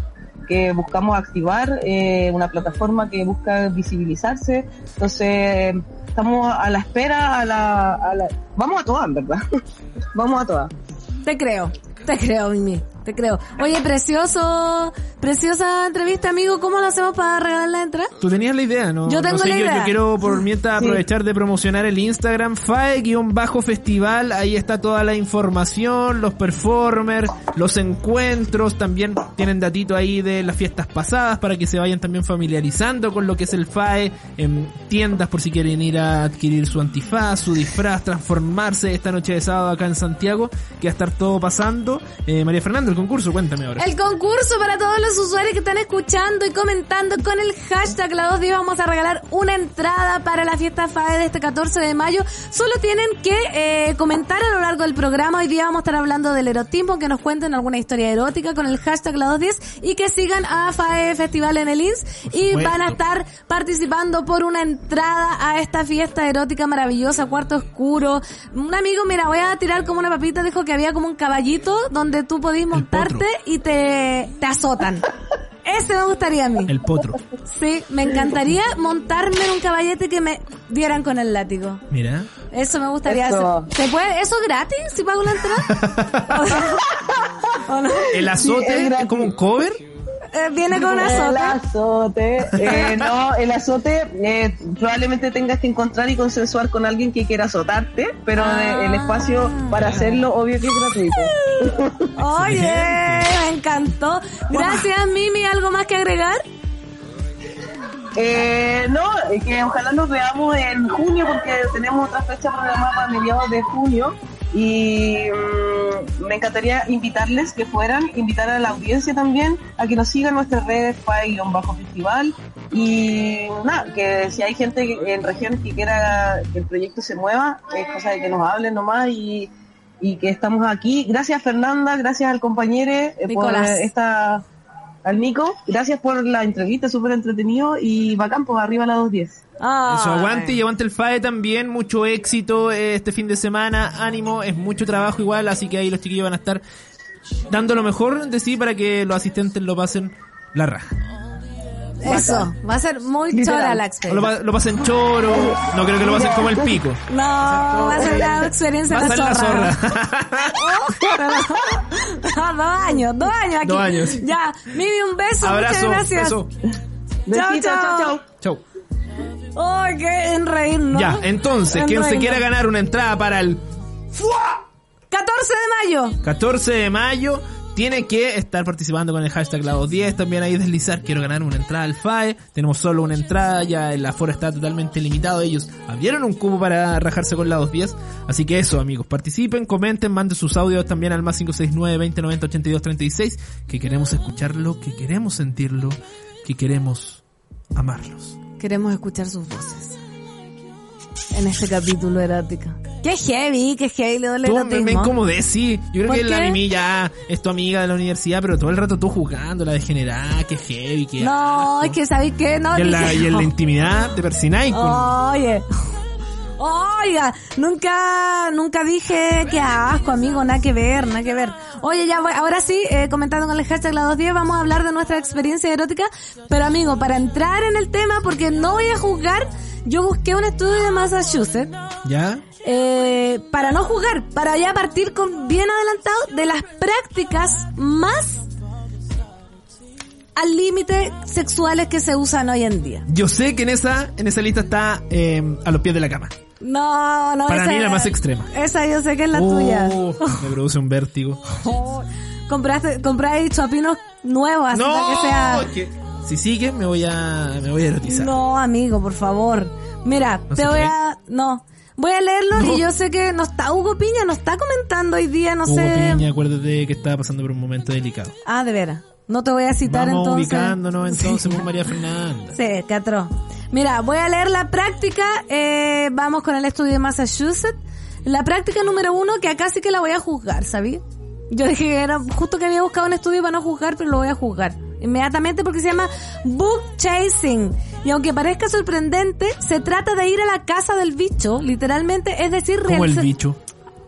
S1: que buscamos activar, eh, una plataforma que busca visibilizarse. Entonces, em, estamos a la espera, a la, a la- vamos a todas, en ¿verdad? vamos a todas.
S4: Te creo, te creo, Mimi, te creo. Oye, precioso, preciosa entrevista, amigo. ¿Cómo lo hacemos para regalar la entrada?
S3: Tú tenías la idea, ¿no?
S4: Yo tengo
S3: No sé,
S4: la idea.
S3: Yo quiero por mientras
S1: Sí.
S3: aprovechar de promocionar el Instagram FAE-Festival. Ahí está toda la información, los performers, los encuentros. También tienen datito ahí de las fiestas pasadas para que se vayan también familiarizando con lo que es el FAE en tiendas por si quieren ir a adquirir su antifaz, su disfraz, transformarse esta noche de sábado acá en Santiago, que va a estar todo pasando. Eh, María Fernanda, el concurso, cuéntame ahora.
S4: El concurso para todos los usuarios que están escuchando y comentando con el hashtag La 2 días vamos a regalar una entrada para la fiesta FAE de este 14 de mayo. Solo tienen que eh, comentar a lo largo del programa. Hoy día vamos a estar hablando del erotismo, que nos cuenten alguna historia erótica con el hashtag La 2 días y que sigan a FAE Festival en el INS y
S3: supuesto.
S4: van a estar participando por una entrada a esta fiesta erótica maravillosa, cuarto oscuro. Un amigo, mira, voy a tirar como una papita, dijo que había como un caballito donde tú podías montarte
S3: potro.
S4: y te, te azotan. Ese me gustaría a mí.
S3: El potro.
S4: Sí, me encantaría montarme en un caballete que me dieran con el látigo.
S3: Mira.
S4: Eso me gustaría
S1: Eso.
S4: hacer. ¿Se puede? ¿Eso gratis si pago la entrada? ¿O no?
S3: El
S1: Sí, es
S3: azote es
S1: gratis.
S3: como un cover.
S4: Eh, Viene con una
S1: El
S4: sota.
S1: azote. Eh, no, el azote eh, probablemente tengas que encontrar y consensuar con alguien que quiera azotarte, pero
S4: Ah.
S1: eh, el espacio para hacerlo obvio que es gratuito.
S4: Oye, me encantó. Gracias, Mimi. ¿Algo más que agregar?
S1: Eh, no, eh, que ojalá nos veamos en junio porque tenemos otra fecha programada para mediados de junio y mm, me encantaría invitarles que fueran, invitar a la audiencia también a que nos sigan nuestras redes bajo festival y nada, que si hay gente que- en regiones que quiera que el proyecto se mueva, es cosa de que nos hablen nomás y, y que estamos aquí. Gracias Fernanda, gracias al compañero eh, por
S4: Nicolás.
S1: eh, esta al Nico. Gracias por la entrevista, súper entretenido y bacán, pues arriba la 210.
S3: Eso,
S4: Ay.
S3: aguante y aguante el FAE también. Mucho éxito eh, este fin de semana. Ánimo, es mucho trabajo igual, así que ahí los chiquillos van a estar dando lo mejor de sí para que los asistentes lo pasen la raja.
S4: Eso, va a ser muy
S1: Literal.
S4: chora la
S3: O lo,
S4: experiencia.
S3: pa- lo pasen choro, no creo que lo pasen como el pico.
S4: No, va a ser una experiencia
S3: Pasan
S4: la
S3: la
S4: zorra.
S3: zorra.
S4: No, Ah, dos años, dos años aquí.
S3: Dos años.
S4: Ya, Mimi, un beso,
S3: Abrazo,
S4: muchas gracias.
S3: beso.
S1: Besitos,
S4: chao.
S3: Chau.
S4: Ay, qué en reír, ¿no?
S3: Ya, entonces, quien se
S4: Enreírnos.
S3: quiera ganar una entrada para el
S4: 14 de mayo.
S3: 14 de mayo tiene que estar participando con el hashtag la 210, también ahí deslizar, quiero ganar una entrada al FAE, tenemos solo una entrada, ya el aforo está totalmente limitado, ellos abrieron un cubo para rajarse con la 210, así que eso amigos, participen, comenten, manden sus audios también al más 569 2090 8236, que queremos escucharlo, que queremos sentirlo, que queremos amarlos.
S4: Queremos escuchar sus voces. En este capítulo erótico. Qué heavy, qué heavy, le duele
S3: Tú me, me
S4: erotismo.
S3: incomodé, sí. Yo creo
S4: ¿Por
S3: que
S4: qué?
S3: la Mimi ya es tu amiga de la universidad, pero todo el rato tú jugando, la degenerada, que heavy, que...
S4: No, es que sabéis que no.
S3: Y en, la,
S4: dije-
S3: y en la intimidad pues, te persináis. con-
S4: Oh. Oye. Oiga, nunca, nunca dije que asco, amigo, nada que ver, nada que ver. Oye, ya voy, ahora sí, eh, comentando con el hashtag la 210, vamos a hablar de nuestra experiencia erótica. Pero amigo, para entrar en el tema, porque no voy a juzgar, yo busqué un estudio de Massachusetts
S3: ¿Ya?
S4: eh, para no jugar, para ya partir con bien adelantado de las prácticas más al límite sexuales que se usan hoy en día.
S3: Yo sé que en esa, en esa lista está eh, a los pies de la cama.
S4: No, no.
S3: Para
S4: esa-
S3: mí la más extrema.
S4: Esa yo sé que es la
S3: Uh,
S4: tuya.
S3: Me produce un vértigo.
S4: Oh, compraste, compráis chopinos nuevos, así para que sea.
S3: no, que- si sigue me voy a me voy a erotizar.
S4: No, amigo, por favor. Mira,
S3: ¿No se
S4: te voy
S3: puede?
S4: a. No. Voy a leerlo
S3: No.
S4: y yo sé que no está Hugo Piña, no está comentando hoy día, no
S3: Hugo
S4: sé.
S3: Piña, acuérdate que estaba pasando por un momento delicado.
S4: Ah, de veras. No te voy a citar
S3: Vamos
S4: entonces.
S3: ubicándonos entonces con María Fernanda.
S4: Sí, qué atroz. Mira, voy a leer la práctica. eh, vamos con el estudio de Massachusetts. La práctica número uno, que acá sí que la voy a juzgar, ¿sabí? Yo dije que era justo que había buscado un estudio para no juzgar, pero lo voy a juzgar inmediatamente porque se llama book chasing. Y aunque parezca sorprendente, se trata de ir a la casa del bicho, literalmente, es decir,
S3: Como el
S4: realza-
S3: bicho.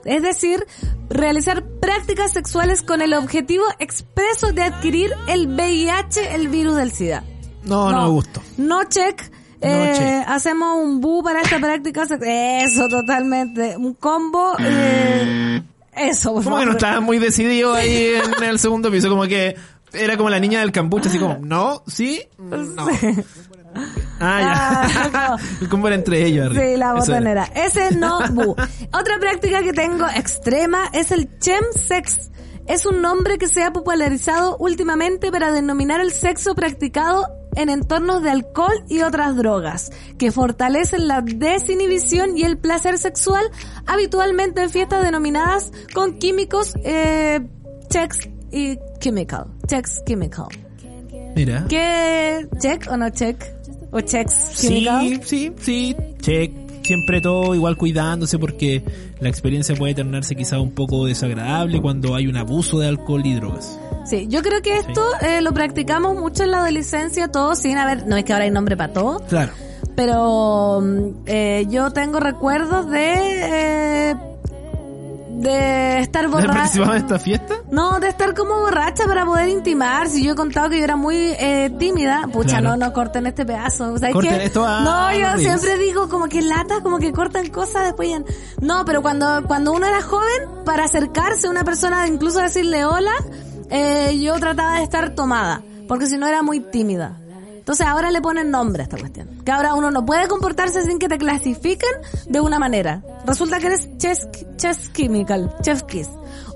S4: es decir, realizar prácticas sexuales con el objetivo expreso de adquirir el VIH, el virus del SIDA.
S3: No, no, me gustó.
S4: No check.
S3: No
S4: Eh,
S3: check.
S4: Hacemos un bu para esta práctica. sex- Eso, totalmente. Un combo. eh, eso, por
S3: Como que no
S4: favor.
S3: estaba muy decidido ahí en el segundo piso, como que era como la niña del cambuche, así como, no, sí, no. Ah, ya.
S4: Ah,
S3: El combo era entre ellos. arriba.
S4: Sí, la
S3: Eso era.
S4: botonera. Ese no bu. Otra práctica que tengo extrema es el chemsex. Es un nombre que se ha popularizado últimamente para denominar el sexo practicado en entornos de alcohol y otras drogas, que fortalecen la desinhibición y el placer sexual habitualmente en fiestas denominadas con químicos, eh, checks y chemical. Checks chemical.
S3: Mira.
S4: ¿Qué? ¿Check o no check? ¿O checks
S3: Sí,
S4: chemical?
S3: sí, sí. Check. Siempre todo igual cuidándose porque la experiencia puede tornarse quizá un poco desagradable cuando hay un abuso de alcohol y drogas.
S4: Sí, yo creo que esto eh, lo practicamos mucho en la adolescencia, todos sin haber, no es que ahora hay nombre para todo,
S3: Claro.
S4: pero mm, eh, yo tengo recuerdos de eh, de estar
S3: ¿Has participado
S4: borracha.
S3: de esta fiesta?
S4: No, de estar como borracha para poder intimar. Si yo he contado que yo era muy eh, tímida, pucha,
S3: Claro.
S4: no, no corten este pedazo. ¿Sabes
S3: Corten
S4: qué?
S3: esto, ah,
S4: no, yo
S3: no digas.
S4: siempre digo como que latas, como que cortan cosas después ya. No, pero cuando, cuando uno era joven, para acercarse a una persona, incluso decirle hola, eh, yo trataba de estar tomada, porque si no era muy tímida. Entonces ahora le ponen nombre a esta cuestión. Que ahora uno no puede comportarse sin que te clasifiquen de una manera. Resulta que eres chess, chess chemical, chef kiss.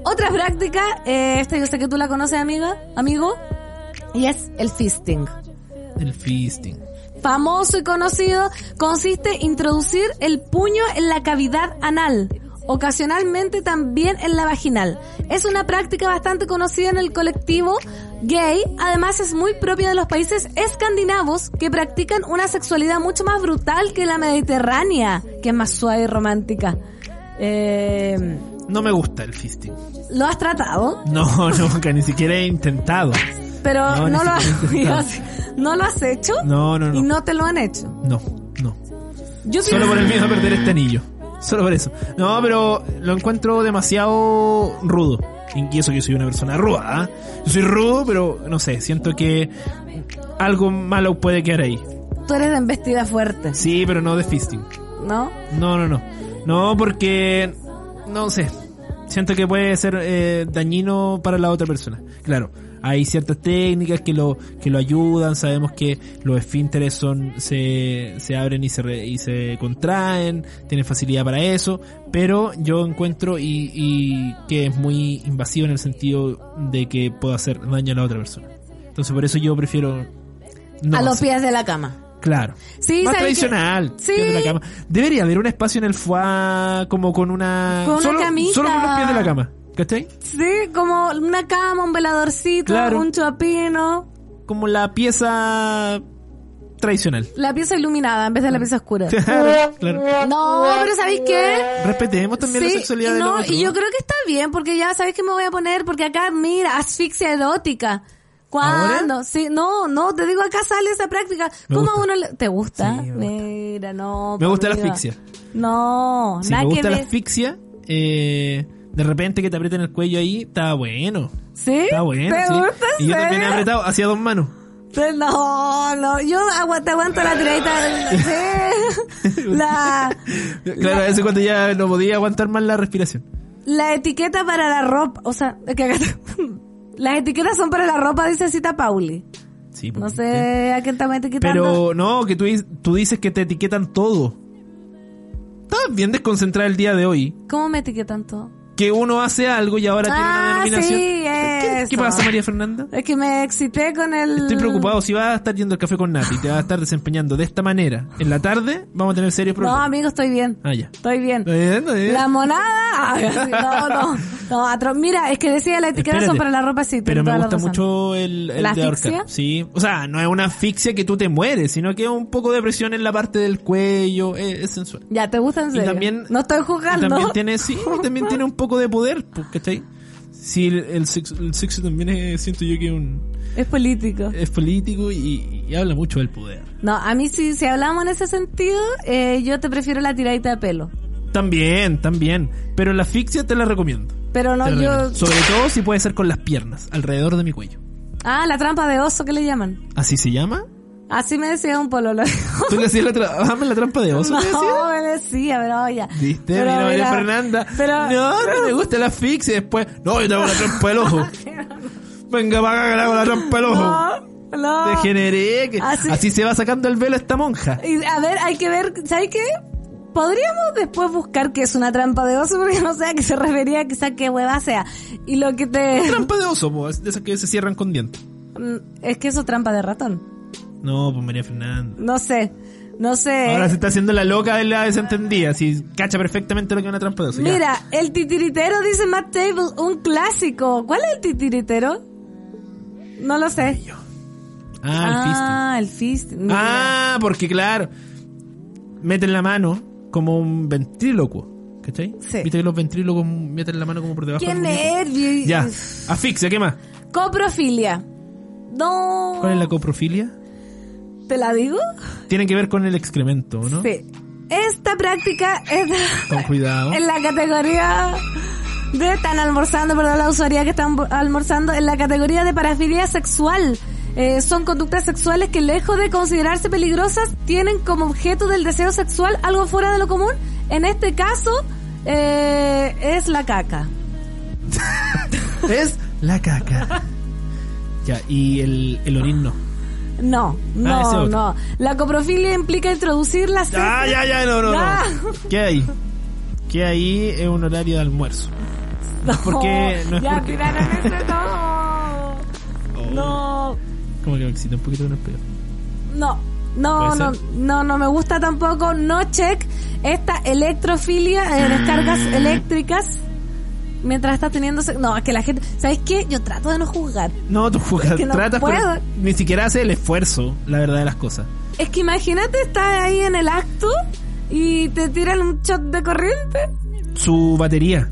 S4: Otra práctica, eh, esta yo sé que tú la conoces amiga, amigo, y es el fisting
S3: El feasting.
S4: famoso y conocido, consiste en introducir el puño en la cavidad anal, ocasionalmente también en la vaginal. Es una práctica bastante conocida en el colectivo gay, además es muy propia de los países escandinavos que practican una sexualidad mucho más brutal que la mediterránea, que es más suave y romántica. Eh,
S3: No me gusta el feasting.
S4: ¿Lo has tratado?
S3: No, nunca, ni siquiera he intentado.
S4: Pero
S3: No,
S4: no,
S3: ni
S4: lo has,
S3: siquiera he
S4: ¿no lo has hecho
S3: No, no, no.
S4: y no te lo han hecho.
S3: No, no.
S4: Yo
S3: Solo
S4: pienso-
S3: por el miedo a perder este anillo. Solo por eso. No, pero lo encuentro demasiado rudo. Y eso que soy una persona ruda. ¿ah? Yo soy rudo, pero no sé, siento que algo malo puede quedar ahí.
S4: Tú eres de embestida fuerte,
S3: Sí, pero no de fisting.
S4: ¿no?
S3: No, no, no. No, porque... No sé. Siento que puede ser eh, dañino para la otra persona. Claro, hay ciertas técnicas que lo que lo ayudan. Sabemos que los esfínteres son se, se abren y se re- y se contraen. Tienen facilidad para eso. Pero yo encuentro y, y que es muy invasivo en el sentido de que puede hacer daño a la otra persona. Entonces por eso yo prefiero no.
S4: a los
S3: hacer-
S4: pies de la cama.
S3: Claro.
S4: Sí,
S3: Más
S4: ¿sabes
S3: tradicional.
S4: qué? Sí.
S3: pies de la cama. Debería haber un espacio en el foie como con una...
S4: Con una
S3: solo,
S4: camita.
S3: Solo con los pies de la cama. ¿Cachai?
S4: Sí, como una cama, un veladorcito,
S3: Claro.
S4: un chopino,
S3: Como la pieza tradicional.
S4: la pieza iluminada en vez de la pieza oscura.
S3: Claro, claro.
S4: No, pero ¿sabéis qué?
S3: Respetemos también la
S4: Sí,
S3: sexualidad
S4: y
S3: del
S4: no,
S3: otro.
S4: y yo creo que está bien, porque ya sabéis que me voy a poner, porque acá, mira, asfixia erótica. ¿Cuándo? Sí, no, no, te digo, acá sale esa práctica.
S3: Me
S4: ¿Cómo
S3: gusta.
S4: a uno le... ¿Te gusta?
S3: Sí, me gusta.
S4: Mira, no.
S3: Me
S4: por
S3: gusta la
S4: vida.
S3: asfixia.
S4: No,
S3: Si
S4: nada
S3: me
S4: que
S3: gusta la
S4: ver.
S3: asfixia, eh, de repente que te aprieten el cuello ahí, está bueno.
S4: ¿Sí?
S3: Está bueno,
S4: ¿Te
S3: sí.
S4: gusta?
S3: Y yo también he
S4: ¿Serio?
S3: apretado hacia dos manos.
S4: Pero Pues No, no, yo aguanto, aguanto la tiradita del- sí. La,
S3: Claro, a veces cuando ya no podía aguantar más la respiración.
S4: la etiqueta para la ropa, o sea, es que acá está- las etiquetas son para la ropa, dice Cita Pauli.
S3: Sí,
S4: No
S3: pues,
S4: sé a quién estamos etiquetando.
S3: Pero no, que tú, dis- tú dices que te etiquetan todo. Estás bien desconcentrada el día de hoy.
S4: ¿Cómo me etiquetan todo?
S3: Que uno hace algo y ahora tiene una
S4: Ah,
S3: denominación.
S4: sí,
S3: ¿Qué, qué
S4: eso.
S3: pasa, María Fernanda?
S4: Es que me excité con el...
S3: Estoy preocupado si vas a estar yendo al café con Nati, te vas a estar desempeñando de esta manera. En la tarde vamos a tener serios
S4: No,
S3: problemas.
S4: amigo, estoy bien.
S3: Ah, ya.
S4: Estoy bien.
S3: Está bien, está bien.
S4: La monada. ay, sí, no, no. no atro- Mira, es que decía la etiqueta
S3: Espérate,
S4: son para la ropa, sí. tienes
S3: Pero me
S4: toda la
S3: gusta
S4: razón.
S3: mucho el, el
S4: ¿La
S3: de ahorcar,
S4: asfixia?
S3: Sí. O sea, no es una asfixia que tú te mueres, sino que es un poco de presión en la parte del cuello. Es, es sensual.
S4: Ya, ¿te gusta en
S3: Y
S4: serio?
S3: también-
S4: no estoy
S3: Y
S4: juzgando.
S3: También tiene, sí, y también tiene un poco de poder, pues, ¿cachai? Sí, el, el sexo, el sexo también es- siento yo que un,
S4: Es político.
S3: es político y, y habla mucho del poder.
S4: No, a mí sí, si hablamos en ese sentido, eh, yo te prefiero la tiradita de pelo.
S3: También, también. Pero la asfixia te la recomiendo.
S4: Pero no,
S3: Te la
S4: yo.
S3: recomiendo. Sobre todo si puede ser con las piernas, alrededor de mi cuello.
S4: Ah, la trampa de oso que le llaman.
S3: ¿Así se llama?
S4: Así me decía un pololo.
S3: ¿Tú le hacías la, tra- hazme la trampa de oso?
S4: No,
S3: te decía?
S4: me decía, pero ya.
S3: ¿Viste?
S4: Pero
S3: Mira, María
S4: mira,
S3: Fernanda.
S4: Pero,
S3: no, no me gusta la asfixia. Después, no, yo te hago la trampa del ojo. Venga para acá que le hago la trampa del ojo.
S4: no, no.
S3: Degeneré. que- Así,
S4: Así-
S3: se va sacando el velo esta monja.
S4: Y, a ver, hay que ver, ¿sabes qué? Podríamos después buscar qué es una trampa de oso, porque no sé a qué se refería, quizá qué hueva sea. Y lo que te...
S3: Trampa de oso, po, es de esas que se cierran con dientes.
S4: Mm, Es que eso es trampa de ratón.
S3: No, pues María Fernanda.
S4: No sé, no sé.
S3: Ahora se está haciendo la loca de la desentendida. Así cacha perfectamente lo que es una trampa de oso. ya.
S4: Mira, el titiritero dice Matt Table, un clásico. ¿Cuál es el titiritero? No lo sé.
S3: Ah, el fisting.
S4: ah, el fisting. Mira.
S3: Ah, porque claro, meten la mano como un ventrílocuo. ¿Cachai?
S4: Sí.
S3: Viste que los ventrílocos meten la mano como por debajo.
S4: Qué
S3: del muñeco?
S4: nervio.
S3: Ya, asfixia, ¿qué más?
S4: Coprofilia. No.
S3: ¿Cuál es la coprofilia?
S4: ¿Te la digo?
S3: Tiene que ver con el excremento, ¿no?
S4: Sí. Esta práctica es...
S3: Con cuidado.
S4: En la categoría de están almorzando, perdón la usuaría que están almorzando, en la categoría de parafilia sexual. Eh, son conductas sexuales que lejos de considerarse peligrosas tienen como objeto del deseo sexual algo fuera de lo común. En este caso eh, es la caca.
S3: Es la caca. Ya, y el, el orín no.
S4: No,
S3: Ah, ese
S4: no,
S3: otro.
S4: no. La coprofilia implica introducir la
S3: Ya,
S4: ceja.
S3: ya, ya, no, no,
S4: Ah.
S3: no. ¿Qué hay? ¿Qué ahí es un horario de almuerzo? No es porque. No Oh. es
S4: ya
S3: porque.
S4: tiraron ese, no. No.
S3: Como que me excita un poquito con el pelo.
S4: No, no,
S3: ¿Puede
S4: no,
S3: ser?
S4: no, no me gusta tampoco. No check esta electrofilia,
S3: Ah.
S4: eh, descargas eléctricas. Mientras estás teniendo... sex- No, es que la gente... ¿Sabes qué? Yo trato de no juzgar.
S3: No, tú juegas,
S4: Es que no
S3: tratas, pero
S4: puedo.
S3: ni siquiera hace el esfuerzo, la verdad de las cosas.
S4: Es que imagínate, estás ahí en el acto y te tiran un shot de corriente.
S3: Su batería.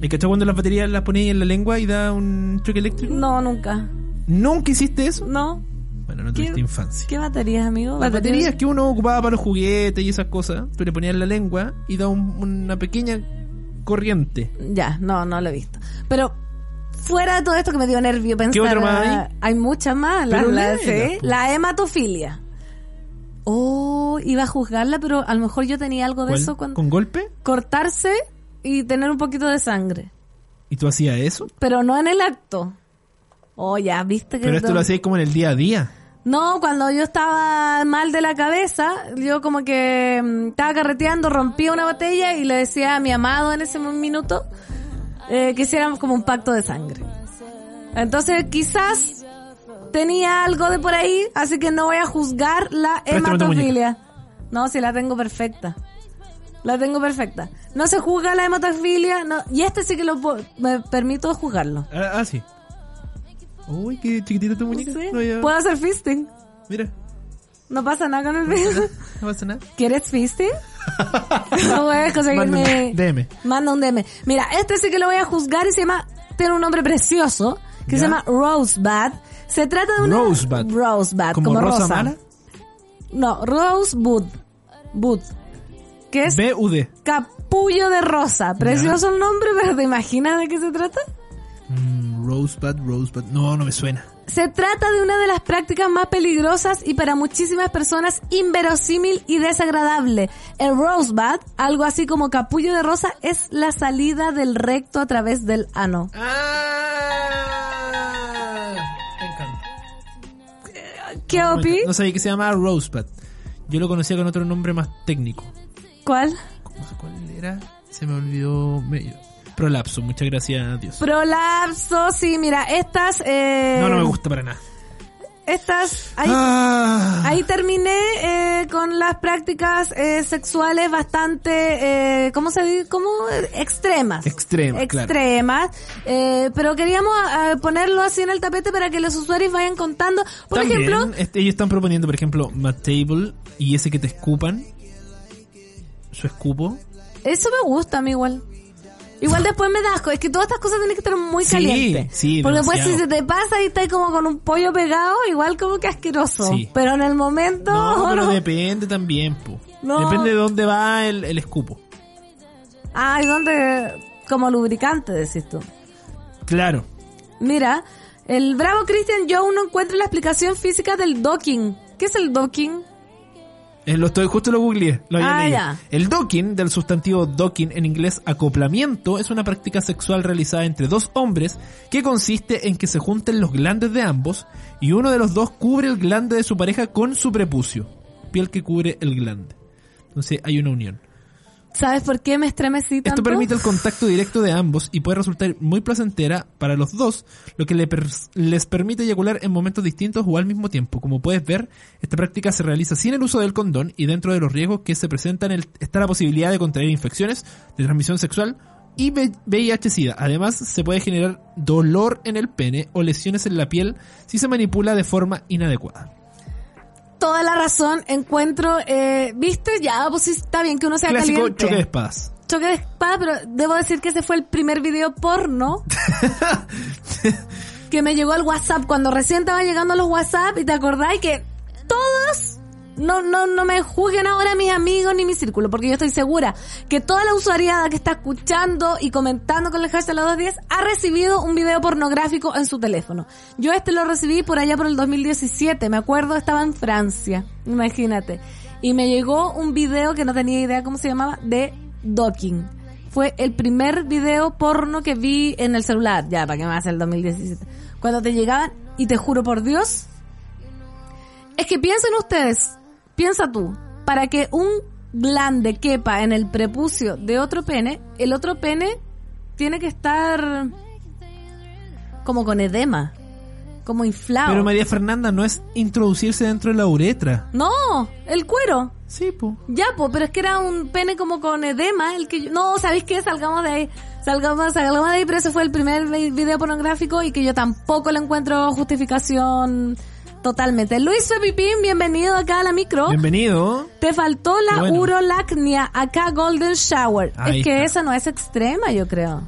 S3: ¿Me cachó cuando las baterías las ponéis en la lengua y da un choque eléctrico?
S4: No, nunca.
S3: ¿Nunca hiciste eso?
S4: No.
S3: Bueno, no
S4: ¿Qué-
S3: tuviste infancia.
S4: ¿Qué baterías, amigo?
S3: Las baterías que uno ocupaba para los juguetes y esas cosas, tú le ponías en la lengua y da un- una pequeña corriente.
S4: Ya, no, no lo he visto. Pero fuera de todo esto que me dio nervio pensar...
S3: otro más hay?
S4: hay muchas más. La,
S3: Pero
S4: la-
S3: léelas,
S4: sí,
S3: po.
S4: la hematofilia. Oh, iba a juzgarla, pero a lo mejor yo tenía algo de
S3: ¿Cuál?
S4: eso cuando...
S3: ¿Con golpe?
S4: Cortarse y tener un poquito de sangre.
S3: ¿Y tú hacías eso?
S4: Pero no en el acto. Oh, ya, viste que...
S3: Pero esto
S4: no-
S3: lo hacías como en el día a día.
S4: No, cuando yo estaba mal de la cabeza, yo como que mm, estaba carreteando, rompía una botella y le decía a mi amado en ese minuto eh, que hiciéramos como un pacto de sangre. Entonces quizás tenía algo de por ahí, así que no voy a juzgar la
S3: Préstame tu
S4: hematofilia. No, si la tengo perfecta. La tengo perfecta. No se juzga la hematofilia, no, y este sí que lo puedo- me permito juzgarlo.
S3: Ah, ah, sí. Uy, qué chiquitita tu muñeca.
S4: Sí.
S3: No, ya-
S4: Puedo hacer fisting.
S3: Mira,
S4: No pasa nada con el video.
S3: no pasa nada.
S4: ¿Quieres fisting? No puedes conseguirme.
S3: Manda un DM.
S4: Manda un DM. Mira, este sí que lo voy a juzgar y se llama. Tiene un nombre precioso que
S3: ¿Ya?
S4: se llama Rosebud. Se trata de una.
S3: Rosebud.
S4: Rosebud,
S3: ¿Como
S4: como,
S3: rosa
S4: rosa.
S3: mala?
S4: No, Rosebud. Bud. Que es
S3: BUD.
S4: capullo de rosa. Precioso el nombre, pero ¿te imaginas de qué se trata?
S3: Mm, Rosebud, Rosebud. No, no me suena.
S4: Se trata de una de las prácticas más peligrosas y para muchísimas personas inverosímil y desagradable. El rosebud, algo así como capullo de rosa, es la salida del recto a través del ano.
S3: Ah. Me encanta.
S4: ¿Qué opi?
S3: No sabía que se llamaba Rosebud. Yo lo conocía con otro nombre más técnico.
S4: ¿Cuál?
S3: ¿Cómo- ¿Cuál era? Se me olvidó. medio. Prolapso, muchas gracias a Dios.
S4: Prolapso, sí, mira, estas... eh,
S3: No, no me gusta para nada.
S4: Estas... Ahí,
S3: Ah.
S4: ahí terminé eh, con las prácticas eh, sexuales bastante... Eh, ¿Cómo se dice? ¿Cómo? Extremas.
S3: Extremas, claro.
S4: Extremas. Eh, pero queríamos ah, ponerlo así en el tapete para que los usuarios vayan contando. Por
S3: También,
S4: ejemplo,
S3: este, ellos están proponiendo, por ejemplo, Matt Table y ese que te escupan. Su escupo.
S4: eso me gusta a mí igual. Igual después me da asco. Es que todas estas cosas tienen que estar muy
S3: Sí,
S4: calientes.
S3: sí,
S4: Porque pues
S3: demasiado.
S4: si se te pasa y estás como con un pollo pegado, igual como que asqueroso.
S3: Sí.
S4: Pero en el momento...
S3: No, pero
S4: no.
S3: depende también, po.
S4: No.
S3: Depende de dónde va el, el escupo.
S4: Ay, ¿dónde? Como lubricante, decís tú.
S3: Claro.
S4: Mira, el bravo Christian Young no encuentra la explicación física del docking. ¿Qué es el docking?
S3: Eh, lo estoy, justo lo googleé. Lo había
S4: Ah,
S3: leído.
S4: ya.
S3: El docking, del sustantivo docking en inglés acoplamiento, es una práctica sexual realizada entre dos hombres que consiste en que se junten los glandes de ambos y uno de los dos cubre el glande de su pareja con su prepucio. Piel que cubre el glande. Entonces hay una unión.
S4: ¿Sabes por qué me estremecí tanto?
S3: Esto permite el contacto directo de ambos y puede resultar muy placentera para los dos, lo que le per- les permite eyacular en momentos distintos o al mismo tiempo. Como puedes ver, esta práctica se realiza sin el uso del condón y dentro de los riesgos que se presentan el- está la posibilidad de contraer infecciones de transmisión sexual y VIH-Sida. Además, se puede generar dolor en el pene o lesiones en la piel si se manipula de forma inadecuada.
S4: Toda la razón encuentro, eh, ¿viste? Ya, pues sí, está bien que uno sea
S3: Clásico
S4: caliente.
S3: choque de espadas.
S4: Choque de espada, pero debo decir que ese fue el primer video porno que me llegó al WhatsApp cuando recién estaba llegando a los WhatsApp y te acordáis que todos no, no, no me juzguen ahora mis amigos ni mi círculo, porque yo estoy segura que toda la usuariada que está escuchando y comentando con el hashtag la 210 ha recibido un video pornográfico en su teléfono. Yo este lo recibí por allá por el 2017, me acuerdo, estaba en Francia, imagínate. Y me llegó un video que no tenía idea cómo se llamaba, de docking fue el primer video porno que vi en el celular, ya, para que me hace el 2017. Cuando te llegaban, y te juro por Dios, es que piensen ustedes, piensa tú, para que un glande quepa en el prepucio de otro pene, el otro pene tiene que estar como con edema, como inflado.
S3: Pero María Fernanda no es introducirse dentro de la uretra.
S4: No, el cuero.
S3: Sí, po.
S4: Ya, po, pero es que era un pene como con edema, el que yo... No, ¿sabéis qué? Salgamos de ahí. Salgamos, salgamos de ahí, pero ese fue el primer vi- video pornográfico y que yo tampoco le encuentro justificación totalmente. Luis Pepipín, bienvenido acá a la micro.
S3: Bienvenido.
S4: Te faltó la
S3: Bueno.
S4: urolacnia, acá Golden Shower.
S3: Ahí
S4: es que
S3: está.
S4: esa no es extrema, yo creo.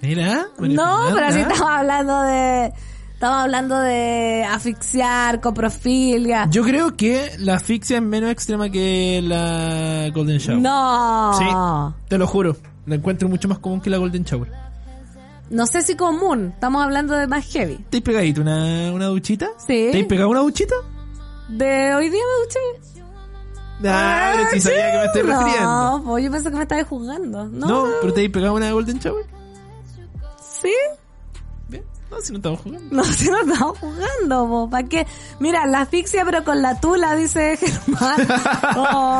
S3: Mira, María
S4: no, pero
S3: Fernanda.
S4: así estamos hablando de... Estamos hablando de asfixiar, coprofilia.
S3: Yo creo que la asfixia es menos extrema que la Golden Shower.
S4: no.
S3: Sí, te lo juro. La encuentro mucho más común que la Golden Shower.
S4: No sé si común, estamos hablando de más heavy.
S3: ¿Te has pegadito una, una duchita?
S4: Sí.
S3: ¿Te has pegado una duchita?
S4: De hoy día me duché.
S3: Ah, pero sí sabía que me estoy refiriendo.
S4: No, pues yo pensé que me estabas jugando. No,
S3: No, pero te has pegado una Golden Shower.
S4: sí.
S3: Bien. No, si no estamos jugando.
S4: No, si no estamos jugando, ¿para qué? Mira, la asfixia, pero con la tula, dice Germán.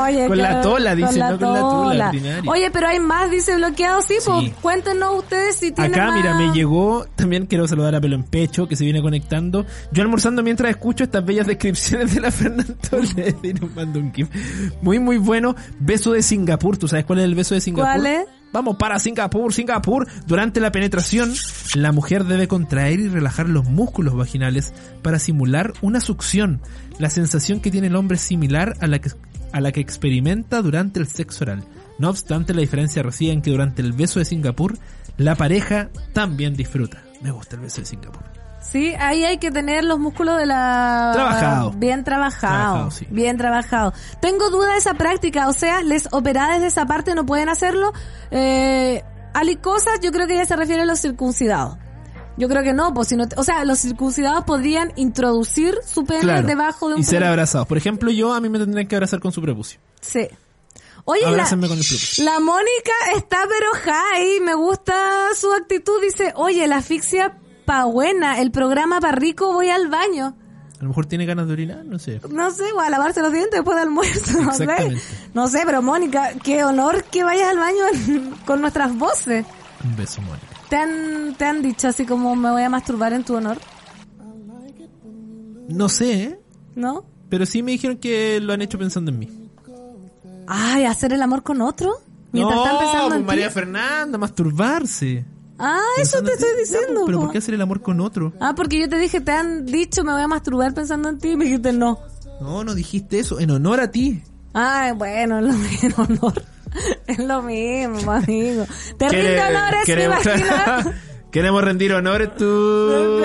S4: Oye,
S3: Con la
S4: claro,
S3: tola, dice, no con la tula,
S4: tola.
S3: ordinario.
S4: Oye, pero hay más, dice bloqueado, sí,
S3: Sí.
S4: pues cuéntenos ustedes si tienen
S3: Acá,
S4: más.
S3: mira, me llegó. También quiero saludar a Pelo en Pecho, que se viene conectando. Yo almorzando mientras escucho estas bellas descripciones de la Fernanda Torres. Y nos manda un gif. Muy, muy bueno. Beso de Singapur. ¿Tú sabes cuál es el beso de Singapur?
S4: ¿Cuál es?
S3: Vamos para Singapur, Singapur. Durante la penetración, la mujer debe contraer y relajar los músculos vaginales para simular una succión. La sensación que tiene el hombre es similar a la que, a la que experimenta durante el sexo oral. No obstante, la diferencia reside en que durante el beso de Singapur, la pareja también disfruta. Me gusta el beso de Singapur.
S4: Sí, ahí hay que tener los músculos de la...
S3: Trabajado.
S4: Bien trabajado.
S3: Trabajado, sí.
S4: Bien trabajado. Tengo duda de esa práctica, o sea, les operades de esa parte no pueden hacerlo. Eh, alicosas, yo creo que ella se refiere a los circuncidados. Yo creo que no, pues si no, o sea, los circuncidados podrían introducir su pene debajo de un
S3: y ser
S4: pene.
S3: abrazados. Por ejemplo, yo a mí me tendrían que abrazar con su prepucio.
S4: Sí. Oye, la,
S3: Abrácenme con el prepucio.
S4: la Mónica está pero high, me gusta su actitud, dice, oye, la asfixia pa' buena, el programa pa' rico, voy al baño.
S3: A lo mejor tiene ganas de orinar, no sé.
S4: no sé, o a lavarse los dientes después del almuerzo, no sé.
S3: Exactamente.
S4: No sé, pero Mónica, qué honor que vayas al baño en- con nuestras voces.
S3: Un beso, Mónica.
S4: ¿Te han, te han dicho así como me voy a masturbar en tu honor,
S3: No sé, ¿eh?
S4: ¿no?
S3: Pero sí me dijeron que lo han hecho pensando en mí.
S4: Ay, hacer el amor con otro mientras
S3: no,
S4: están pensando
S3: pues,
S4: en
S3: María
S4: ti.
S3: Fernanda, masturbarse.
S4: Ah, eso
S3: Pensando
S4: te
S3: en ti.
S4: estoy
S3: Ya,
S4: diciendo.
S3: Pero
S4: po.
S3: ¿por qué hacer el amor con otro?
S4: Ah, porque yo te dije, te han dicho me voy a masturbar pensando en ti y me dijiste no.
S3: No, no dijiste eso. En honor a ti.
S4: Ay, bueno, es lo mismo, honor. Es lo mismo, amigo. Te rinde
S3: Quere-
S4: honores, me imagino.
S3: queremos rendir honores tú. tú,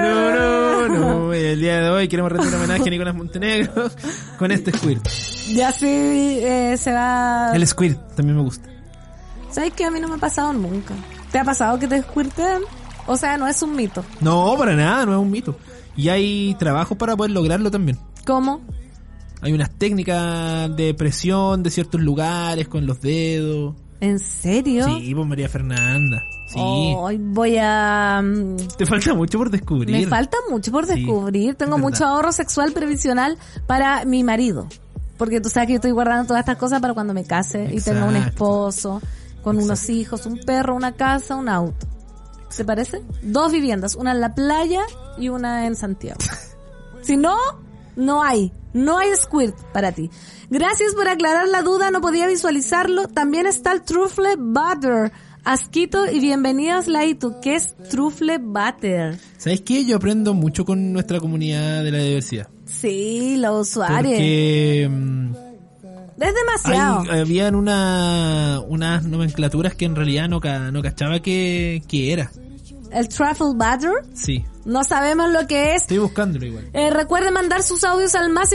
S3: no, no, no. El día de hoy queremos rendir homenaje a Nicolás Montenegro con este squirt.
S4: Ya sí eh, se va.
S3: El squirt también me gusta.
S4: ¿Sabes que A mí no me ha pasado nunca. ¿Te ha pasado que te squirtean? O sea, no es un mito.
S3: No, para nada, no es un mito. Y hay trabajos para poder lograrlo también.
S4: ¿Cómo?
S3: Hay unas técnicas de presión de ciertos lugares con los dedos.
S4: ¿En serio?
S3: Sí, pues María Fernanda. Sí.
S4: Ay, voy a... mm,
S3: Te falta mucho por descubrir.
S4: Oh. Me falta mucho por
S3: Sí,
S4: descubrir.
S3: es
S4: Tengo
S3: verdad.
S4: mucho ahorro sexual previsional para mi marido. Porque tú sabes que yo estoy guardando todas estas cosas para cuando me case y tenga un
S3: Exacto.
S4: esposo, con unos hijos, un perro, una casa, un auto. ¿Se parece? Dos viviendas, una en la playa y una en Santiago. si no, no hay. No hay squirt para ti. Gracias por aclarar la duda, no podía visualizarlo. También está el truffle butter. Asquito y bienvenidas, Laito. ¿Qué es truffle butter?
S3: ¿Sabes qué? Yo aprendo mucho con nuestra comunidad de la diversidad.
S4: Sí, los usuarios.
S3: Porque mm,
S4: Es
S3: hay-
S4: demasiado.
S3: habían una, unas nomenclaturas que en realidad no, ca- no cachaba que, que era.
S4: El truffle butter.
S3: Sí,
S4: No sabemos lo que es.
S3: estoy buscándolo igual.
S4: Eh, recuerden mandar sus audios al más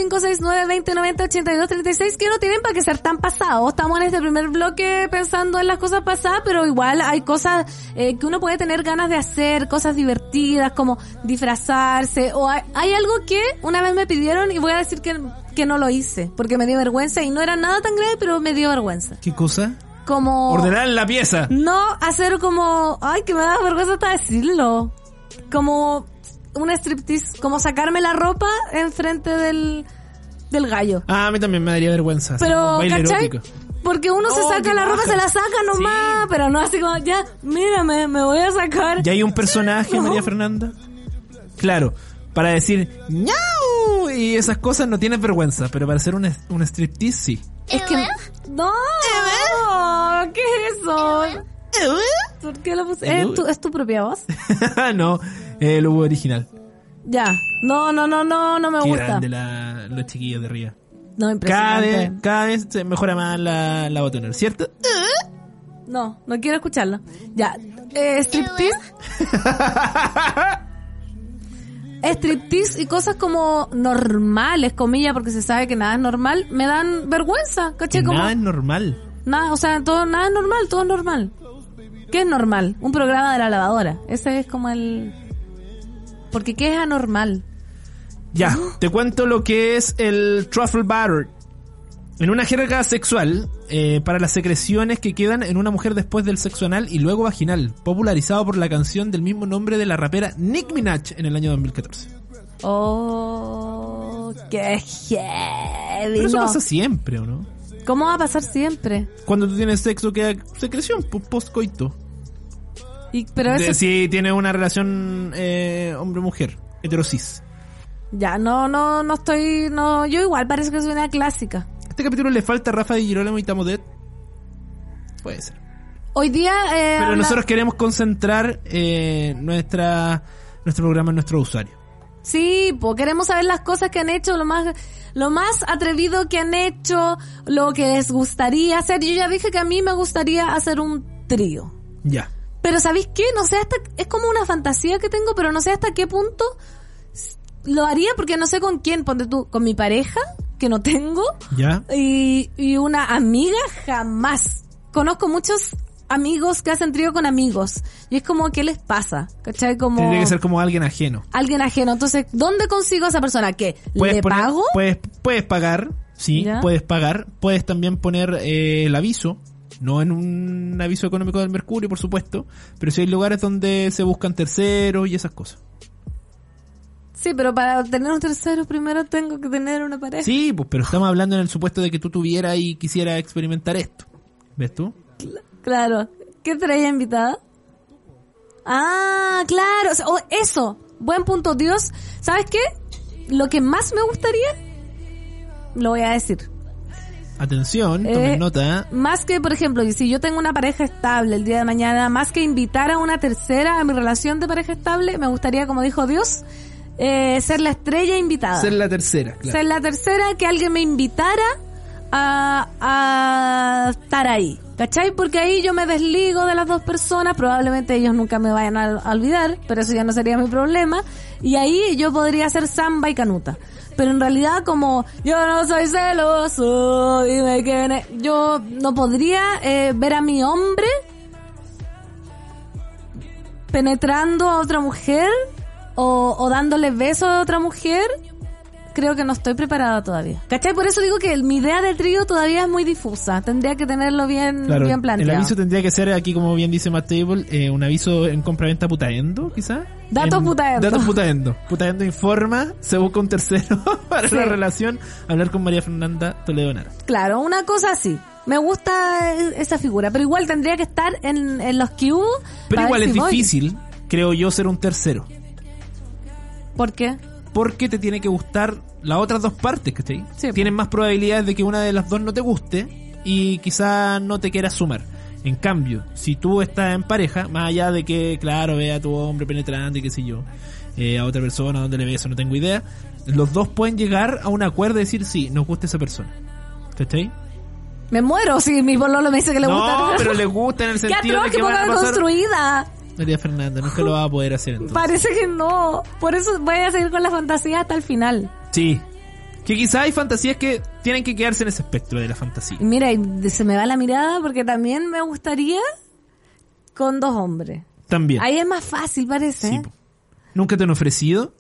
S4: 569-2090-8236 que no tienen para que ser tan pasados. Estamos en este primer bloque pensando en las cosas pasadas, pero igual hay cosas eh, que uno puede tener ganas de hacer, cosas divertidas como disfrazarse o hay, hay algo que una vez me pidieron y voy a decir que, que no lo hice porque me dio vergüenza y no era nada tan grave, pero me dio vergüenza.
S3: ¿Qué cosa?
S4: Como...
S3: Ordenar la pieza.
S4: Oh. No hacer como, ay, que me da vergüenza hasta decirlo. Como un striptease, como sacarme la ropa enfrente del, del gallo.
S3: Ah, a mí también me daría vergüenza. hacer un
S4: Pero,
S3: baile
S4: ¿cachai?
S3: erótico.
S4: Porque uno se
S3: Oh,
S4: saca
S3: qué
S4: la ropa,
S3: baja.
S4: se la saca nomás, pero no así como, ya, mírame, me voy a sacar.
S3: Y hay un personaje,
S4: No.
S3: María Fernanda. Claro, para decir ñau y esas cosas no tienes vergüenza, pero para hacer un, es- un striptease sí.
S4: Es que, no, ¿qué es eso? ¿Por qué lo puse?
S3: ¿Ew?
S4: ¿Es tu, es tu propia voz?
S3: no, el hubo original.
S4: ya. No, no, no, no, no me
S3: Que
S4: gusta.
S3: eran de la, los chiquillos de arriba.
S4: No,
S3: Cada
S4: impresionante.
S3: vez, cada vez se mejora más la, la botoner, ¿cierto?
S4: No, no quiero escucharlo. Ya. Eh, striptease. striptease y cosas como normales, comillas, porque se sabe que nada es normal, me dan vergüenza,
S3: Que
S4: ¿caché? Como
S3: nada es normal.
S4: nada, o sea, todo nada es normal, todo es normal. ¿Qué es normal? Un programa de la lavadora. Ese es como el porque qué es anormal.
S3: Ya, te cuento lo que es el truffle butter. En una jerga sexual, eh, para las secreciones que quedan en una mujer después del sexo anal y luego vaginal, popularizado por la canción del mismo nombre de la rapera Nick Minaj en el año 2014.
S4: Oh, qué heavy.
S3: Pero eso
S4: no.
S3: pasa siempre, ¿o no?
S4: ¿Cómo va a pasar siempre?
S3: Cuando tú tienes sexo queda secreción po- postcoito.
S4: Y, pero
S3: De-
S4: eso
S3: Si tienes una relación eh, hombre-mujer, heterosis.
S4: Ya, no, no, no estoy, no, yo igual parece que soy una clásica.
S3: ¿Este capítulo le falta a Rafa de Girolamo y Tamodet? Puede ser.
S4: Hoy día, eh,
S3: Pero
S4: habla-
S3: nosotros queremos concentrar eh, nuestra, nuestro programa en nuestro usuario.
S4: sí, po, queremos saber las cosas que han hecho, lo más, lo más atrevido que han hecho, lo que les gustaría hacer. Yo ya dije que a mí me gustaría hacer un trío.
S3: Ya.
S4: Pero ¿sabéis qué? No sé hasta, es como una fantasía que tengo, pero no sé hasta qué punto s- lo haría porque no sé con quién, ponte tú, con mi pareja, que no tengo,
S3: ¿Ya?
S4: y, y una amiga jamás. Conozco muchos amigos que hacen trío con amigos. Y es como, ¿qué les pasa? ¿Cachai? Como
S3: Tendría que ser como alguien ajeno.
S4: alguien ajeno. Entonces, ¿dónde consigo a esa persona? ¿Qué? ¿Le
S3: poner-
S4: pago?
S3: Puedes, puedes pagar, sí,
S4: Ya.
S3: puedes pagar. Puedes también poner eh, el aviso. No en un aviso económico del Mercurio, por supuesto. Pero sí hay lugares donde se buscan terceros y esas cosas.
S4: Sí, pero para tener un tercero primero tengo que tener una pareja.
S3: Sí, pues, pero estamos hablando en el supuesto de que tú tuvieras y quisieras experimentar esto. ¿Ves tú?
S4: Claro. ¿Qué traía invitada? Ah, claro. O sea, oh, eso. Buen punto, Dios. ¿Sabes qué? Lo que más me gustaría, lo voy a decir.
S3: Atención, tomen
S4: Eh,
S3: nota.
S4: Más que, por ejemplo, y si yo tengo una pareja estable el día de mañana, más que invitar a una tercera a mi relación de pareja estable, me gustaría, como dijo Dios, eh, ser la estrella invitada.
S3: Ser la tercera, claro.
S4: Ser la tercera que alguien me invitara a, a estar ahí. ¿Cachai? Porque ahí yo me desligo de las dos personas, probablemente ellos nunca me vayan a, a olvidar, pero eso ya no sería mi problema. Y ahí yo podría ser samba y canuta. Pero en realidad como yo no soy celoso, dime que ne-". yo no podría eh, ver a mi hombre penetrando a otra mujer o, o dándole besos a otra mujer, creo que no estoy preparada todavía. ¿Cachai? Por eso digo que el- mi idea de trío todavía es muy difusa. Tendría que tenerlo bien,
S3: Claro,
S4: bien
S3: el
S4: planteado.
S3: aviso tendría que ser aquí, como bien dice Matt Table, eh, un aviso en compraventa putaendo, quizás.
S4: Datos putaendo.
S3: Datos putaendo. Putaendo informa, se busca un tercero para
S4: Sí.
S3: la relación, hablar con María Fernanda Toledo Nara.
S4: Claro, una cosa así. Me gusta eh, esa figura, pero igual tendría que estar en, en los que hubo.
S3: Pero
S4: para
S3: igual
S4: ver
S3: es
S4: si voy.
S3: difícil, creo yo, ser un tercero.
S4: ¿Por qué?
S3: Porque te tiene que gustar las otras dos partes, ¿cachai?
S4: Sí.
S3: Tienes más probabilidades de que una de las dos no te guste y quizás no te quieras sumar. En cambio, si tú estás en pareja, más allá de que, claro, vea a tu hombre penetrante, qué sé yo, eh, a otra persona, donde le beso, no tengo idea, los dos pueden llegar a un acuerdo y decir, sí, nos gusta esa persona. ¿Cachai?
S4: Me muero si mi pololo me dice que le
S3: no,
S4: gusta.
S3: pero le gusta en el
S4: ¡Qué
S3: sentido
S4: atroz,
S3: de
S4: qué
S3: que van
S4: poco
S3: a pasar...
S4: construida!
S3: María Fernanda, nunca lo va a poder hacer entonces.
S4: Parece que no. Por eso voy a seguir con la fantasía hasta el final.
S3: Sí. Que quizá hay fantasías que tienen que quedarse en ese espectro de la fantasía.
S4: Y mira, y se me va la mirada porque también me gustaría con dos hombres.
S3: También.
S4: Ahí es más fácil, parece.
S3: Sí,
S4: ¿eh?
S3: po. ¿Nunca te han ofrecido?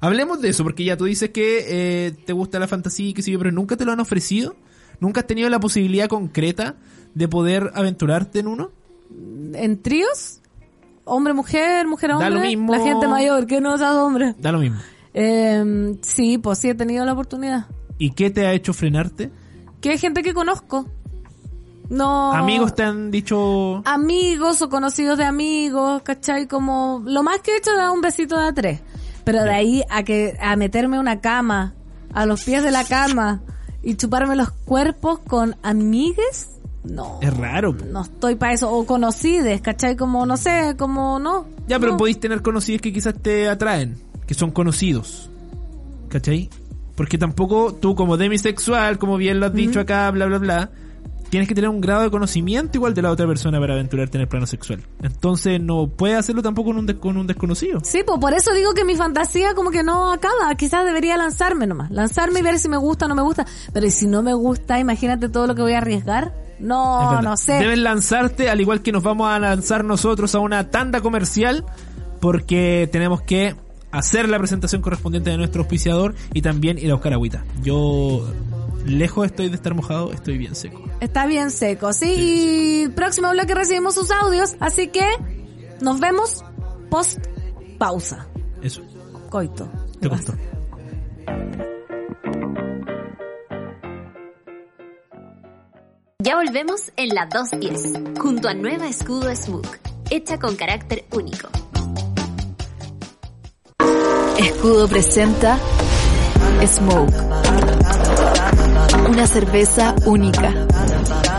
S3: Hablemos de eso, porque ya tú dices que eh, te gusta la fantasía y qué sé yo, pero nunca te lo han ofrecido. ¿Nunca has tenido la posibilidad concreta de poder aventurarte en uno?
S4: En tríos, hombre-mujer,
S3: Da
S4: mujer-hombre.
S3: lo mismo.
S4: La gente mayor, que no es hombre.
S3: Da lo mismo.
S4: Eh, sí, pues sí he tenido la oportunidad.
S3: ¿Y qué te ha hecho frenarte?
S4: Que hay gente que conozco. No. Ah.
S3: Amigos te han dicho...
S4: amigos o conocidos de amigos, ¿cachai? Como lo más que he hecho era un besito de a tres. Pero de ahí a que a meterme una cama, a los pies de la cama y chuparme los cuerpos con amigues, no.
S3: Es raro. po.
S4: No estoy para eso. O conocides, ¿cachai? Como no sé, como no.
S3: Ya, pero
S4: no.
S3: podéis tener conocidos que quizás te atraen, que son conocidos. ¿Cachai? Porque tampoco tú como demisexual, como bien lo has dicho acá, bla, bla, bla, tienes que tener un grado de conocimiento igual de la otra persona para aventurarte en el plano sexual. Entonces no puedes hacerlo tampoco con un, des- con un desconocido.
S4: Sí, pues por eso digo que mi fantasía como que no acaba. Quizás debería lanzarme nomás. Lanzarme y ver si me gusta o no me gusta. Pero si no me gusta, imagínate todo lo que voy a arriesgar.
S3: Es
S4: No,
S3: verdad.
S4: no sé.
S3: Debes lanzarte al igual que nos vamos a lanzar nosotros a una tanda comercial porque tenemos que hacer la presentación correspondiente de nuestro auspiciador y también ir a buscar agüita. Yo lejos estoy de estar mojado, estoy bien seco.
S4: Está bien seco, sí. Y próximo bloque recibimos sus audios, así que nos vemos post pausa.
S3: Eso,
S4: Coito.
S3: te costó.
S2: Ya volvemos en la 210, junto a nueva escudo Smook, hecha con carácter único.
S5: Escudo presenta Smoke. Una cerveza única,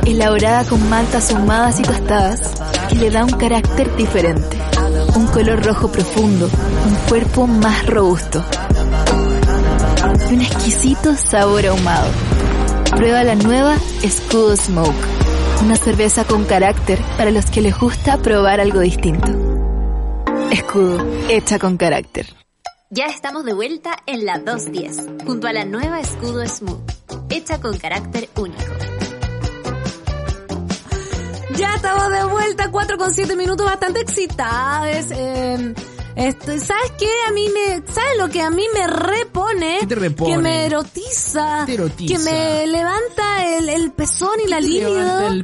S5: elaborada con maltas ahumadas y tostadas, que le da un carácter diferente. Un color rojo profundo, un cuerpo más robusto y un exquisito sabor ahumado. Prueba la nueva Escudo Smoke, una cerveza con carácter para los que les gusta probar algo distinto. Escudo, hecha con carácter.
S2: Ya estamos de vuelta en la 210, junto a la nueva escudo Smook, hecha con carácter único.
S4: Ya estamos de vuelta, 4 con 7 minutos, bastante excitadas. eh, estoy- ¿Sabes qué? A mí me, ¿sabes lo que a mí me repone?
S3: ¿Qué te repone?
S4: Que me erotiza.
S3: Te erotiza.
S4: Que me levanta el, el pezón y la libido.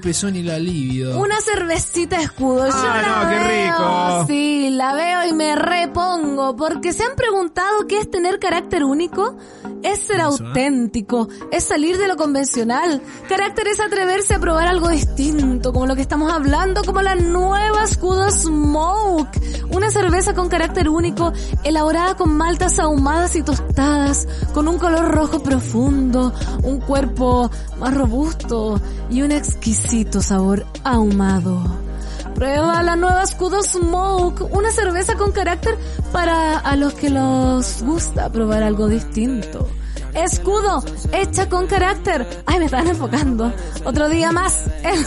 S3: pezón y la libido.
S4: Una cervecita de escudo. Yo
S3: Ah,
S4: la
S3: no, qué
S4: veo.
S3: rico.
S4: Sí, la veo y me repongo. Porque se han preguntado qué es tener carácter único. Es ser
S3: Eso, ¿eh?
S4: auténtico, es salir de lo convencional. Carácter es atreverse a probar algo distinto, como lo que estamos hablando, como la nueva escudo Smoke. Una cerveza con carácter único, elaborada con maltas ahumadas y tostadas, con un color rojo profundo, un cuerpo más robusto y un exquisito sabor ahumado. Prueba la nueva Escudo Smoke, una cerveza con carácter para a los que los gusta probar algo distinto. Escudo, hecha con carácter. Ay, me están enfocando. Otro día más, en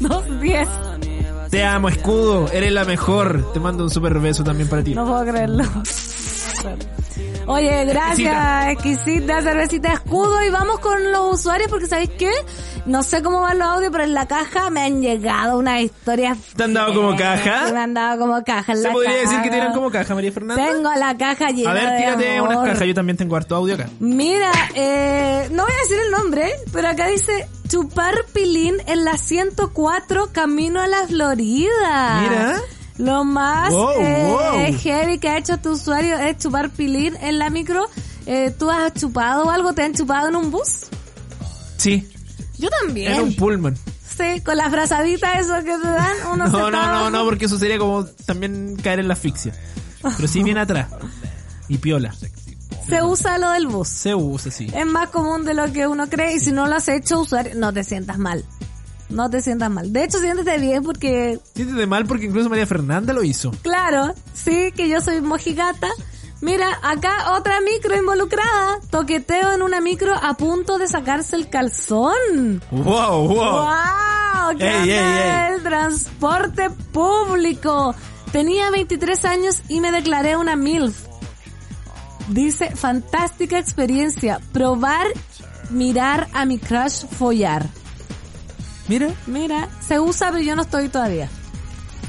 S4: 210.
S3: Te amo, escudo. Eres la mejor. Te mando un super beso también para ti.
S4: No puedo creerlo. Oye, gracias, exquisita. cervecita escudo. Y vamos con los usuarios porque ¿sabéis qué? No sé cómo van los audios, pero en la caja me han llegado unas historias.
S3: ¿Te han dado como caja?
S4: Sí, Me han dado como caja. en
S3: ¿Se
S4: la
S3: podría
S4: caja.
S3: decir que tienen como caja, María Fernanda?
S4: Tengo la caja llena
S3: A ver,
S4: de
S3: tírate
S4: amor.
S3: unas cajas. Yo también tengo harto audio acá.
S4: Mira, eh, no voy a decir el nombre, pero acá dice chupar pilín en la 104 camino a la Florida.
S3: Mira.
S4: Lo más
S3: Wow,
S4: eh,
S3: wow.
S4: heavy que ha hecho tu usuario es chupar pilín en la micro. Eh, ¿Tú has chupado algo? ¿Te han chupado en un bus?
S3: Sí,
S4: Yo también.
S3: en un pullman.
S4: Sí, con la frazadita eso que te dan. Uno
S3: No,
S4: se
S3: no,
S4: tapa.
S3: no, no, porque eso sería como también caer en la asfixia. Pero sí bien atrás. Y piola.
S4: Se usa lo del bus.
S3: Se usa así.
S4: Es más común de lo que uno cree y si no lo has hecho usar, no te sientas mal. No te sientas mal. De hecho, siéntete bien porque,
S3: Siéntete mal porque incluso María Fernanda lo hizo.
S4: claro, sí que yo soy mojigata. Mira, acá otra micro involucrada. Toqueteo en una micro a punto de sacarse el calzón.
S3: Wow, wow.
S4: ¡Wow! ¡Qué
S3: Ey, ey,
S4: onda
S3: ey.
S4: el transporte público! Tenía 23 años y me declaré una MILF. Dice, fantástica experiencia. Probar, mirar a mi crush follar.
S3: Mira.
S4: Mira, se usa, pero yo no estoy todavía.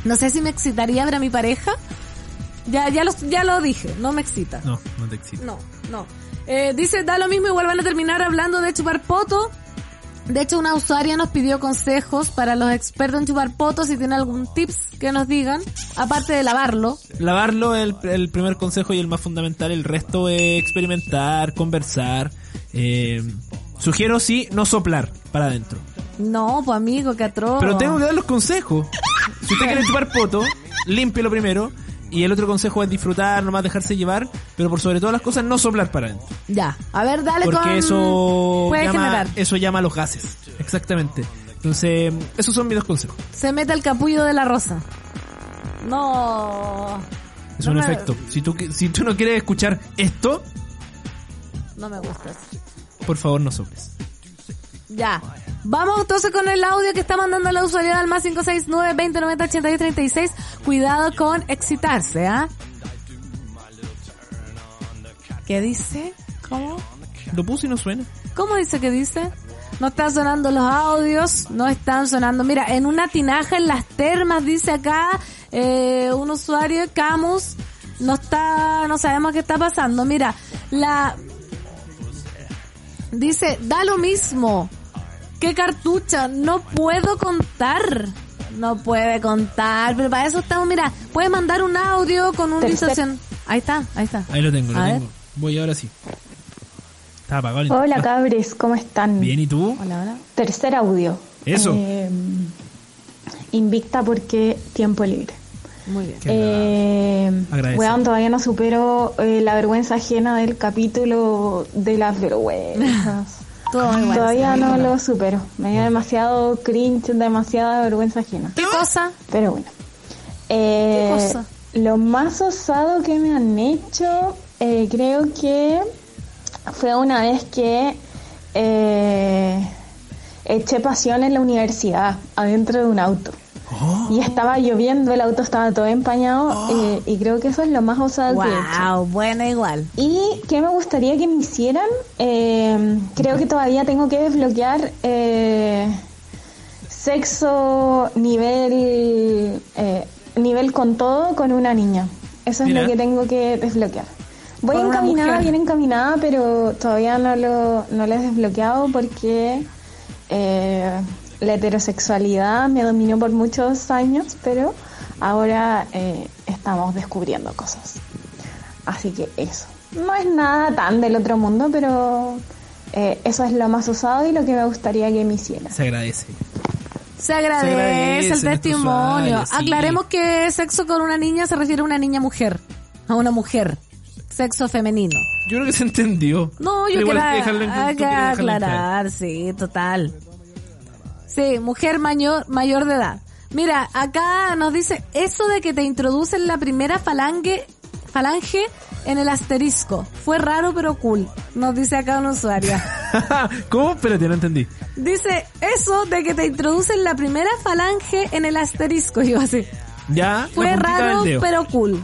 S4: No sé si me excitaría ver a mi pareja. Ya, ya, lo, ya lo dije, no me excita.
S3: No, no te excites.
S4: No, no. Eh, dice, da lo mismo, igual van a terminar hablando de chupar poto. De hecho, una usuaria nos pidió consejos para los expertos en chupar poto, si tienen algún tips que nos digan, aparte de lavarlo.
S3: Lavarlo es el, el primer consejo y el más fundamental. El resto es experimentar, conversar. Eh, sugiero sí no soplar para adentro.
S4: No, pues amigo, que atroz.
S3: Pero tengo que dar los consejos. Si usted quiere chupar poto, límpielo primero. Y el otro consejo es disfrutar, nomás dejarse llevar. Pero por sobre todas las cosas, no soplar para adentro.
S4: Ya, a ver, dale con...
S3: Porque eso
S4: Puede
S3: llama,
S4: generar.
S3: eso llama a los gases. Exactamente. Entonces, esos son mis dos consejos.
S4: Se mete el capullo de la rosa. No...
S3: Es
S4: No
S3: un
S4: me-
S3: efecto. Si tú, qui- si tú no quieres escuchar esto,
S4: No me gusta eso.
S3: por favor no soples.
S4: Ya. Vamos entonces con el audio que está mandando la usuaria al más 569 2090 8636. Cuidado con excitarse, ¿ah? ¿Qué dice? ¿Cómo?
S3: Lo puse y no suena.
S4: ¿Cómo dice que dice? No están sonando los audios, no están sonando. Mira, en una tinaja en las termas, dice acá eh, un usuario, Camus, no está, no sabemos qué está pasando. Mira, la... Dice, da lo mismo. ¿Qué cartucha? No puedo contar. No puede contar, pero para eso estamos, mira, puedes mandar un audio con una
S6: Tercer-
S4: distorsión. Ahí está, ahí está.
S3: Ahí lo tengo, lo
S4: A ver.
S3: tengo. Voy ahora sí. Está apagado. el
S6: Hola
S3: internet.
S6: cabres, ¿cómo están?
S3: Bien, ¿y tú?
S4: Hola, hola.
S6: Tercer audio.
S3: Eso.
S6: Eh, invicta porque tiempo libre.
S4: Muy bien.
S3: Qué
S6: Eh,
S3: Agradece.
S6: weón, todavía no supero eh, la vergüenza ajena del capítulo de las vergüenzas.
S4: Todo muy bueno.
S6: Ah, todavía
S4: sí,
S6: no
S4: muy
S6: lo
S4: bueno.
S6: supero. Me dio demasiado cringe, demasiada vergüenza ajena.
S4: ¿Qué cosa?
S6: Pero bueno. Eh,
S4: ¿Qué cosa?
S6: Lo más osado que me han hecho, eh, creo que fue una vez que eh, eché pasión en la universidad, adentro de un auto.
S3: Oh,
S6: Y estaba lloviendo, el auto estaba todo empañado,
S4: Oh.
S6: eh, y creo que eso es lo más osado que he hecho.
S4: Wow, buena igual.
S6: ¿Y qué me gustaría que me hicieran? Eh, creo que todavía tengo que desbloquear eh, sexo nivel, eh, nivel con todo con una niña. Eso es
S3: Mira.
S6: lo que tengo que desbloquear. Voy
S4: Con una
S6: encaminada,
S4: mujer.
S6: bien encaminada, pero todavía no lo, no lo he desbloqueado porque eh, la heterosexualidad me dominó por muchos años, pero ahora eh, estamos descubriendo cosas. Así que eso. No es nada tan del otro mundo, pero eh, eso es lo más usado y lo que me gustaría que me hicieran.
S3: se agradece.
S4: Se agradece,
S3: Se agradece
S4: el
S3: nuestro
S4: testimonio.
S3: usuario, sí.
S4: Aclaremos que sexo con una niña se refiere a una niña mujer, a una mujer, sexo femenino.
S3: Yo creo que se entendió.
S4: No, yo
S3: Pero
S4: quiero
S3: igual hay que dejarlo en- tú
S4: hay que
S3: quieres dejarlo en claro.
S4: aclarar, sí, total. Sí, mujer mayor, mayor de edad. Mira, acá nos dice eso de que te introducen la primera falange, falange en el asterisco. Fue raro pero cool, nos dice acá una usuaria.
S3: ¿Cómo? Espérate, no entendí.
S4: Dice eso de que te introducen la primera falange en el asterisco. Y Yo así.
S3: Ya.
S4: Fue
S3: la puntita
S4: raro,
S3: del dedo.
S4: pero cool.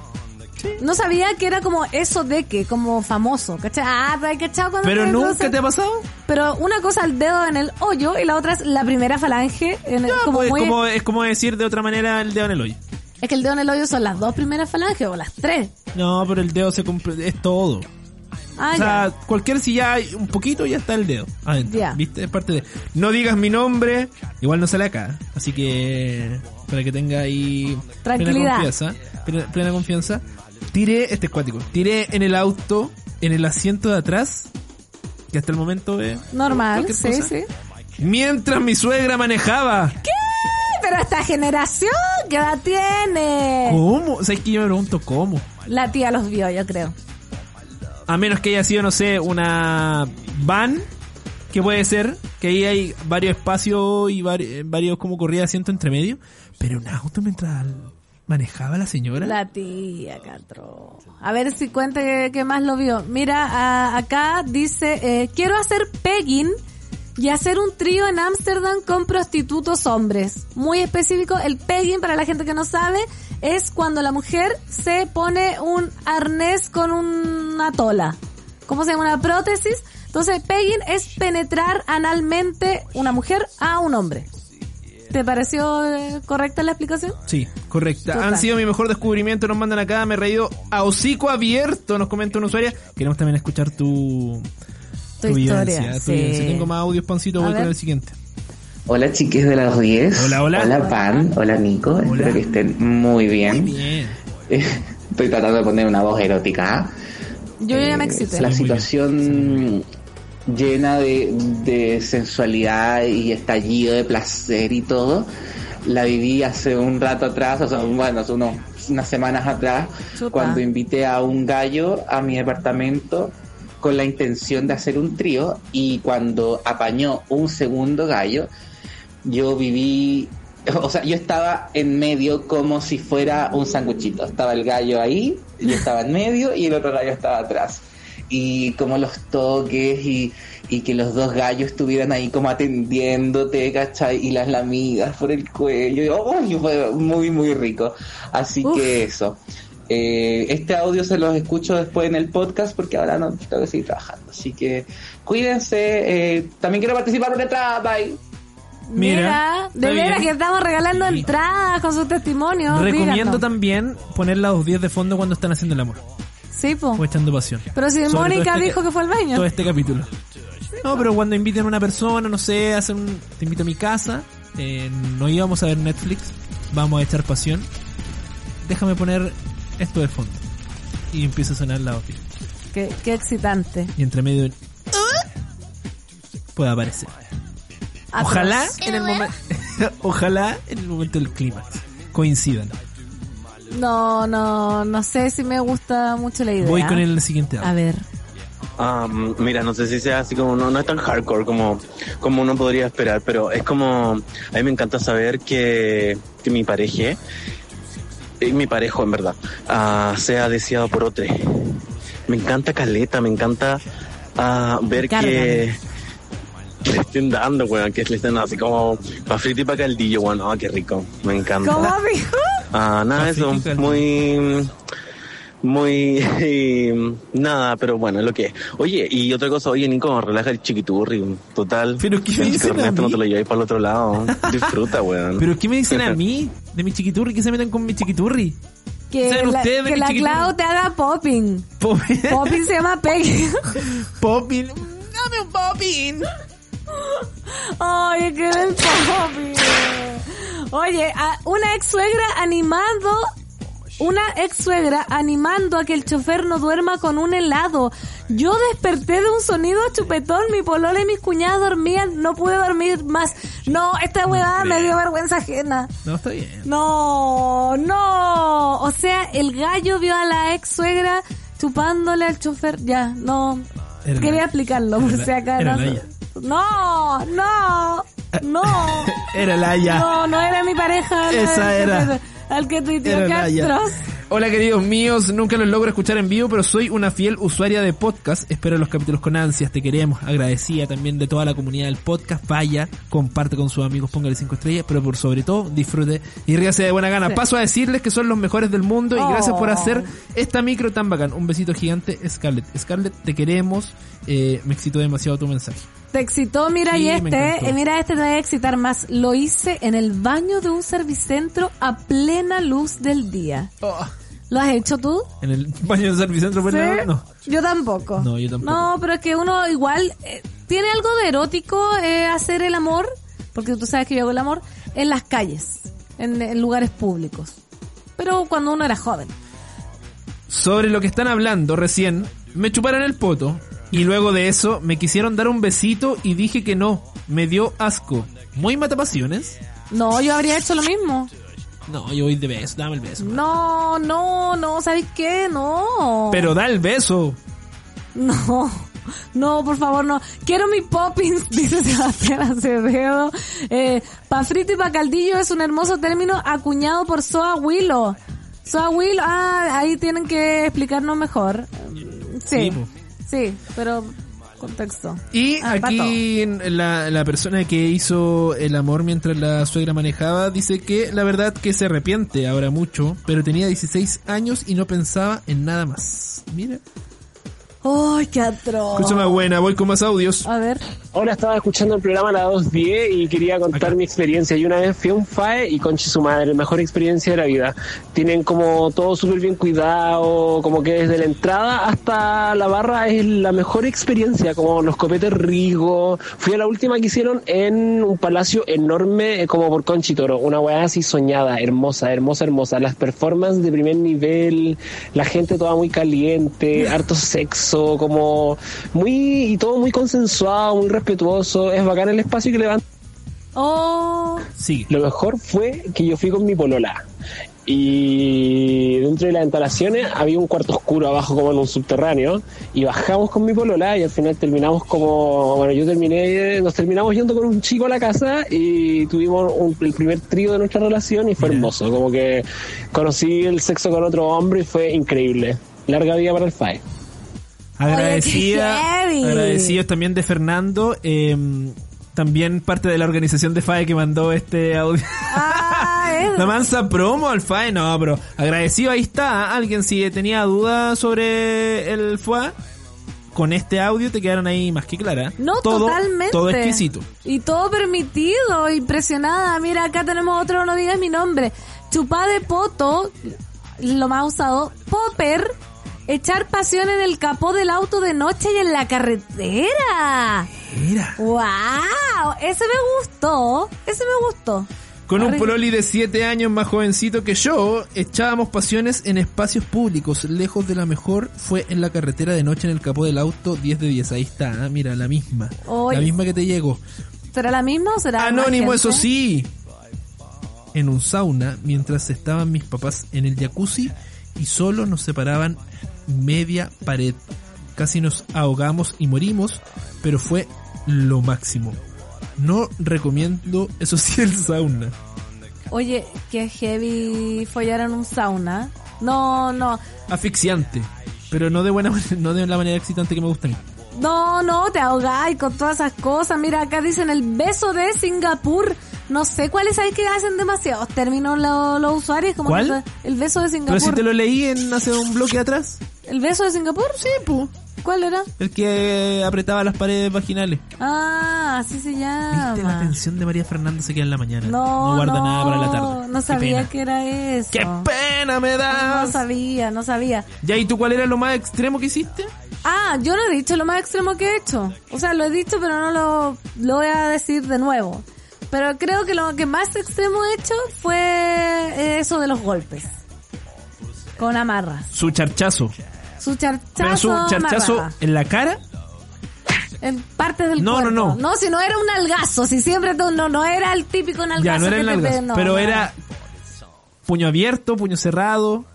S4: No sabía que era como eso de que, como famoso, ¿cachai? Ah, pero hay cachado cuando
S3: ¿Pero
S4: te
S3: nunca
S4: introducen-
S3: te ha pasado?
S4: Pero una cosa el dedo en el hoyo y la otra es la primera falange en el,
S3: Ya,
S4: como
S3: pues,
S4: muy-
S3: es, como, es como decir de otra manera el dedo en el hoyo.
S4: Es que el dedo en el hoyo son las dos primeras falanges o las tres.
S3: No, pero el dedo se cumple, es todo.
S4: Ah,
S3: o
S4: ya.
S3: sea, cualquier si ya hay un poquito, ya está el dedo. Adentro.
S4: Ya.
S3: ¿Viste? Es parte de. No digas mi nombre, igual no sale acá. Así que. Para que tenga ahí. Plena
S4: Tranquilidad.
S3: confianza. Plena, plena confianza. Tiré, este es cuático. Tiré en el auto, en el asiento de atrás. Que hasta el momento es.
S4: Normal,
S3: cualquier
S4: sí,
S3: cosa.
S4: sí.
S3: Mientras mi suegra manejaba.
S4: Ay, Pero esta generación, ¿qué edad tiene?
S3: ¿Cómo? O sea, es que yo me pregunto cómo.
S4: La tía los vio, yo creo.
S3: A menos que haya sido, no sé, una van, que puede ser, que ahí hay varios espacios y vari- eh, varios como corrida de asiento entre medio, pero un auto mientras manejaba la señora.
S4: La tía, Catro. A ver si cuenta qué- qué más lo vio. Mira, a- acá dice, eh, quiero hacer pegging y hacer un trío en Ámsterdam con prostitutos hombres. Muy específico, el pegging, para la gente que no sabe, es cuando la mujer se pone un arnés con una tola. ¿Cómo se llama? Una prótesis. Entonces, pegging es penetrar analmente una mujer a un hombre. ¿Te pareció eh, correcta la explicación?
S3: Sí, correcta.
S4: Total.
S3: Han sido mi mejor descubrimiento, nos mandan acá, me he reído a hocico abierto, nos comenta una usuaria. Queremos también escuchar tu,
S4: Tu
S3: vivencia,
S4: historia,
S3: tu
S4: sí.
S3: vivencia. Tengo más audios, Pancito,
S4: A
S3: voy
S4: ver.
S3: con el siguiente.
S7: Hola chiques de las 10.
S3: Hola, hola.
S7: Hola Pan, hola Nico. Espero que estén muy bien.
S3: Bien.
S7: Estoy tratando de poner una voz erótica.
S4: Yo ya me
S7: Eh,
S4: excité.
S7: La
S3: Sí, muy bien.
S7: situación llena de, de sensualidad y estallido de placer y todo. La viví hace un rato atrás, o sea, bueno, hace unos- unas semanas atrás,
S4: Chuta.
S7: cuando invité a un gallo a mi departamento con la intención de hacer un trío y cuando apañó un segundo gallo, yo viví, o sea, yo estaba en medio como si fuera un sanguchito. Estaba el gallo ahí, yo estaba en medio y el otro gallo estaba atrás. Y como los toques y, y que los dos gallos estuvieran ahí como atendiéndote, ¿cachai? Y las lamidas por el cuello. ¡Uy! Fue muy, muy rico. Así
S4: Uf.
S7: que eso. Eh, este audio se los escucho después en el podcast porque ahora no tengo que seguir trabajando. Así que cuídense. eh, también quiero participar por entrada. Bye.
S3: Mira,
S4: Mira,
S3: está
S4: de veras
S3: bien.
S4: que estamos regalando
S3: Sí.
S4: entradas con sus testimonios.
S3: Recomiendo
S4: díganos.
S3: también poner la 2.10 de fondo cuando están haciendo el amor
S4: Sí, po.
S3: o echando pasión.
S4: Pero si
S3: Pues, Sobre todo
S4: Mónica
S3: este-
S4: dijo que fue al baño.
S3: todo este capítulo. No, pero cuando inviten a una persona, no sé, hacen un- te invito a mi casa, eh, no íbamos a ver Netflix, vamos a echar pasión. Déjame poner esto de fondo. Y empieza a sonar la OPI.
S4: Qué, qué excitante.
S3: Y entre medio un- puede aparecer.
S4: Atroz.
S3: Ojalá en el momento Ojalá en el momento del clímax coincidan.
S4: No, no, no sé si me gusta mucho la idea.
S3: Voy con el siguiente
S4: A
S3: audio.
S4: ver.
S8: Am, Ah, mira, no sé si sea así como, no, no es tan hardcore como, como uno podría esperar, pero es como, a mí me encanta saber que, que mi pareja, eh, mi parejo en verdad, ah, sea deseado por otro. Me encanta Caleta, me encanta ah, ver
S4: Carga.
S8: que le estén dando, weón, que le estén así como pa' frito y pa' caldillo, weón, ah, qué rico, me encanta.
S4: ¿Cómo dijo?
S8: Ah, nada,
S3: Ah,
S8: eso,
S3: sí, sí, sí.
S8: muy, muy, nada, pero bueno, es lo que es. Oye, y otra cosa, oye, Nico, relaja el chiquiturri, total.
S3: Pero, ¿qué
S8: El
S3: dicen a
S8: corneto no
S3: mí?
S8: te lo lleváis para el otro lado, disfruta, weón.
S3: Pero ¿qué me dicen a mí de mi chiquiturri? ¿Qué se meten con mi chiquiturri?
S4: Que
S3: ¿Saben
S4: la,
S3: ustedes de
S4: que
S3: mi
S4: la
S3: chiquitito?
S4: Clau te haga popping. Popping se llama pegging.
S3: Popin. Dame un popin.
S4: Oye, qué del popping. Oye, a- una ex suegra animando. Una ex suegra animando a que el chofer no duerma con un helado. Yo desperté de un sonido chupetón, mi polola y mis cuñadas dormían, no pude dormir más. No, esta huevada me dio vergüenza ajena.
S3: No, está bien.
S4: No, no. O sea, el gallo vio a la ex suegra chupándole al chofer. Ya, no.
S3: Era
S4: Quería
S3: la-
S4: explicarlo por
S3: era
S4: si
S3: la- era
S4: acaso.
S3: la ella.
S4: No, no, no.
S3: Era la ya.
S4: No, no era mi pareja. no
S3: Esa
S4: el que
S3: era.
S4: te- Al que tuiteó
S3: Era
S4: que
S3: Naya.
S4: atroz.
S3: Hola queridos míos, nunca los logro escuchar en vivo, pero soy una fiel usuaria de podcast. Espero los capítulos con ansias, te queremos. Agradecida también de toda la comunidad del podcast. Vaya, comparte con sus amigos, póngale cinco estrellas, pero por sobre todo disfrute y ríase de buena gana. Paso a decirles que son los mejores del mundo y gracias por
S4: Oh.
S3: hacer esta micro tan bacán. Un besito gigante, Scarlett. Scarlett, te queremos. Eh, me excitó demasiado tu mensaje.
S4: Te excitó, mira,
S3: Sí,
S4: y
S3: me
S4: este,
S3: encantó.
S4: eh, mira, este te va a excitar más. Lo hice en el baño de un servicentro a plena luz del día. ¿Lo has hecho tú?
S3: En el baño del servicentro, pues,
S4: Oh. ¿Sí?
S3: no.
S4: Yo tampoco.
S3: No, yo tampoco.
S4: No, pero es que uno igual eh, tiene algo de erótico eh, hacer el amor, porque tú sabes que yo hago el amor, en las calles, en, en lugares públicos. Pero cuando uno era joven.
S3: sobre lo que están hablando recién, me chuparon el poto y luego de eso me quisieron dar un besito y dije que no, me dio asco. Muy matapasiones.
S4: No, yo habría hecho lo mismo.
S3: No, yo voy de beso, dame el beso.
S4: No, no, no, ¿sabes qué? No.
S3: Pero da el beso.
S4: No, no, por favor, no. Quiero mi Poppins, dice Sebastián Acevedo. Eh, pa' frito y pa' caldillo es un hermoso término acuñado por Soa Willow. Soa Willow, ah, ahí tienen que explicarnos mejor. Mm,
S3: Sí,
S4: Sí,
S3: po.
S4: sí, pero contexto.
S3: Y
S4: Ah,
S3: aquí la, la persona que hizo el amor mientras la suegra manejaba dice que la verdad que se arrepiente ahora mucho, pero tenía 16 años y no pensaba en nada más. Mira.
S4: pato. ¡Ay, qué atroz!
S3: Escúchame buena, voy con más audios.
S4: A ver,
S9: Ahora estaba escuchando el programa La 210 y quería contar
S3: Acá.
S9: mi experiencia. Y una vez fui a un FAE y conche su madre, mejor experiencia de la vida. Tienen como todo súper bien cuidado, como que desde la entrada hasta la barra es la mejor experiencia, como los copetes Rigo. Fui a la última que hicieron en un palacio enorme, eh, como por Conchitoro, una weá así soñada, hermosa, hermosa, hermosa. Las performances de primer nivel, la gente toda muy caliente, harto sexo, como muy, y todo muy consensuado, muy respetuoso. Es bacán el espacio que le dan.
S4: oh,
S3: Sigue.
S9: Lo mejor fue que yo fui con mi polola. Y dentro de las instalaciones había un cuarto oscuro abajo como en un subterráneo y bajamos con mi polola y al final terminamos como, bueno yo terminé, nos terminamos yendo con un chico a la casa y tuvimos un- el primer trío de nuestra relación y fue hermoso, como que conocí el sexo con otro hombre y fue increíble. Larga vida para el FAE.
S3: Agradecida,
S4: Oye, qué heavy.
S3: agradecidos también de Fernando, eh, también parte de la organización de FAE que mandó este audio.
S4: ah, es-
S3: La mansa promo al FAE, no, pero agradecido, ahí está. Alguien si tenía dudas sobre el FAE, con este audio te quedaron ahí más que clara.
S4: No,
S3: todo,
S4: totalmente.
S3: Todo exquisito.
S4: Y todo permitido, impresionada. Mira, acá tenemos otro, no digas mi nombre. Chupá de poto, lo más usado. Popper, echar pasión en el capó del auto de noche y en la carretera.
S3: Mira.
S4: ¡Wow! Ese me gustó, ese me gustó.
S3: Con un
S4: Arre-
S3: proli de 7 años más jovencito que yo, echábamos pasiones en espacios públicos. Lejos de la mejor fue en la carretera de noche en el capó del auto 10 de 10. Ahí está, ah, mira, la misma.
S4: Oy.
S3: La misma que te llegó.
S4: ¿Será la misma o será
S3: Anónimo,
S4: más
S3: eso
S4: gente?
S3: sí. En un sauna, mientras estaban mis papás en el jacuzzi y solo nos separaban media pared. Casi nos ahogamos y morimos, pero fue lo máximo. No recomiendo, eso sí, el sauna.
S4: Oye, qué heavy follar en un sauna. No, no.
S3: Asfixiante, pero no de buena manera- no de la manera excitante que me gusta a mí.
S4: No, no, te ahogáis con todas esas cosas. Mira, acá dicen el beso de Singapur. No sé cuáles hay que hacen demasiados términos lo- los usuarios. Como
S3: ¿Cuál?
S4: que fue el beso de
S3: Pero
S4: Singapur.
S3: si te lo leí en hace un bloque atrás,
S4: ¿El beso de Singapur? Sí, pu. ¿Cuál era?
S3: el que apretaba las paredes vaginales.
S4: Ah, así se llama.
S3: Viste la atención de María Fernanda se queda en la mañana.
S4: No,
S3: No guarda
S4: no,
S3: nada para la tarde.
S4: No
S3: Qué
S4: sabía
S3: pena.
S4: que era eso.
S3: ¡Qué pena me
S4: No
S3: das!
S4: sabía, no sabía.
S3: ya, ¿y tú cuál era lo más extremo que hiciste?
S4: Ah, yo no he dicho lo más extremo que he hecho. O sea, lo he dicho, pero no lo, lo voy a decir de nuevo. Pero creo que lo que más extremo he hecho fue eso de los golpes. Con amarras.
S3: Su charchazo.
S4: Su charchazo.
S3: Pero su charchazo
S4: amarrada.
S3: en la cara.
S4: En partes del
S3: No, no,
S4: cuerpo.
S3: no.
S4: No, si no era un algazo, si siempre tú- no, no era el típico nalgazo.
S3: ya, no era
S4: que
S3: el
S4: te
S3: nalgas,
S4: pe- no,
S3: pero
S4: no.
S3: era puño abierto, puño cerrado.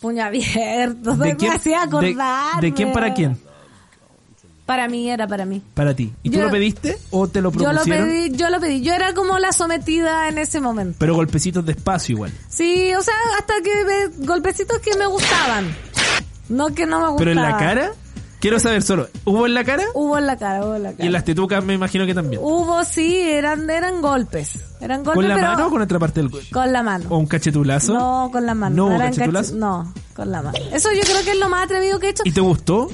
S4: Puño abierto.
S3: ¿De
S4: me
S3: quién,
S4: hacía
S3: de-
S4: acordar.
S3: de quién para quién?
S4: Para mí, era para mí.
S3: Para ti. ¿Y tú
S4: Yo-
S3: lo pediste o te lo
S4: Yo lo
S3: propusieron?
S4: pedí, yo lo pedí. Yo era como la sometida en ese momento.
S3: Pero golpecitos despacio igual.
S4: Sí, o sea, hasta que me- golpecitos que me gustaban. No que no me gustaban.
S3: ¿Pero en la cara? Quiero saber solo, ¿hubo en la cara?
S4: Hubo en la cara, hubo en la cara.
S3: Y en las tetucas me imagino que también.
S4: Hubo, sí, eran, eran golpes. Eran golpes,
S3: ¿Con la
S4: pero
S3: mano o con otra parte del cuerpo?
S4: con la mano.
S3: ¿O un cachetulazo?
S4: No, con la mano.
S3: ¿No hubo
S4: eran cachu-
S3: cachetulazo?
S4: No, con la mano. Eso yo creo que es lo más atrevido que he hecho.
S3: ¿Y te gustó?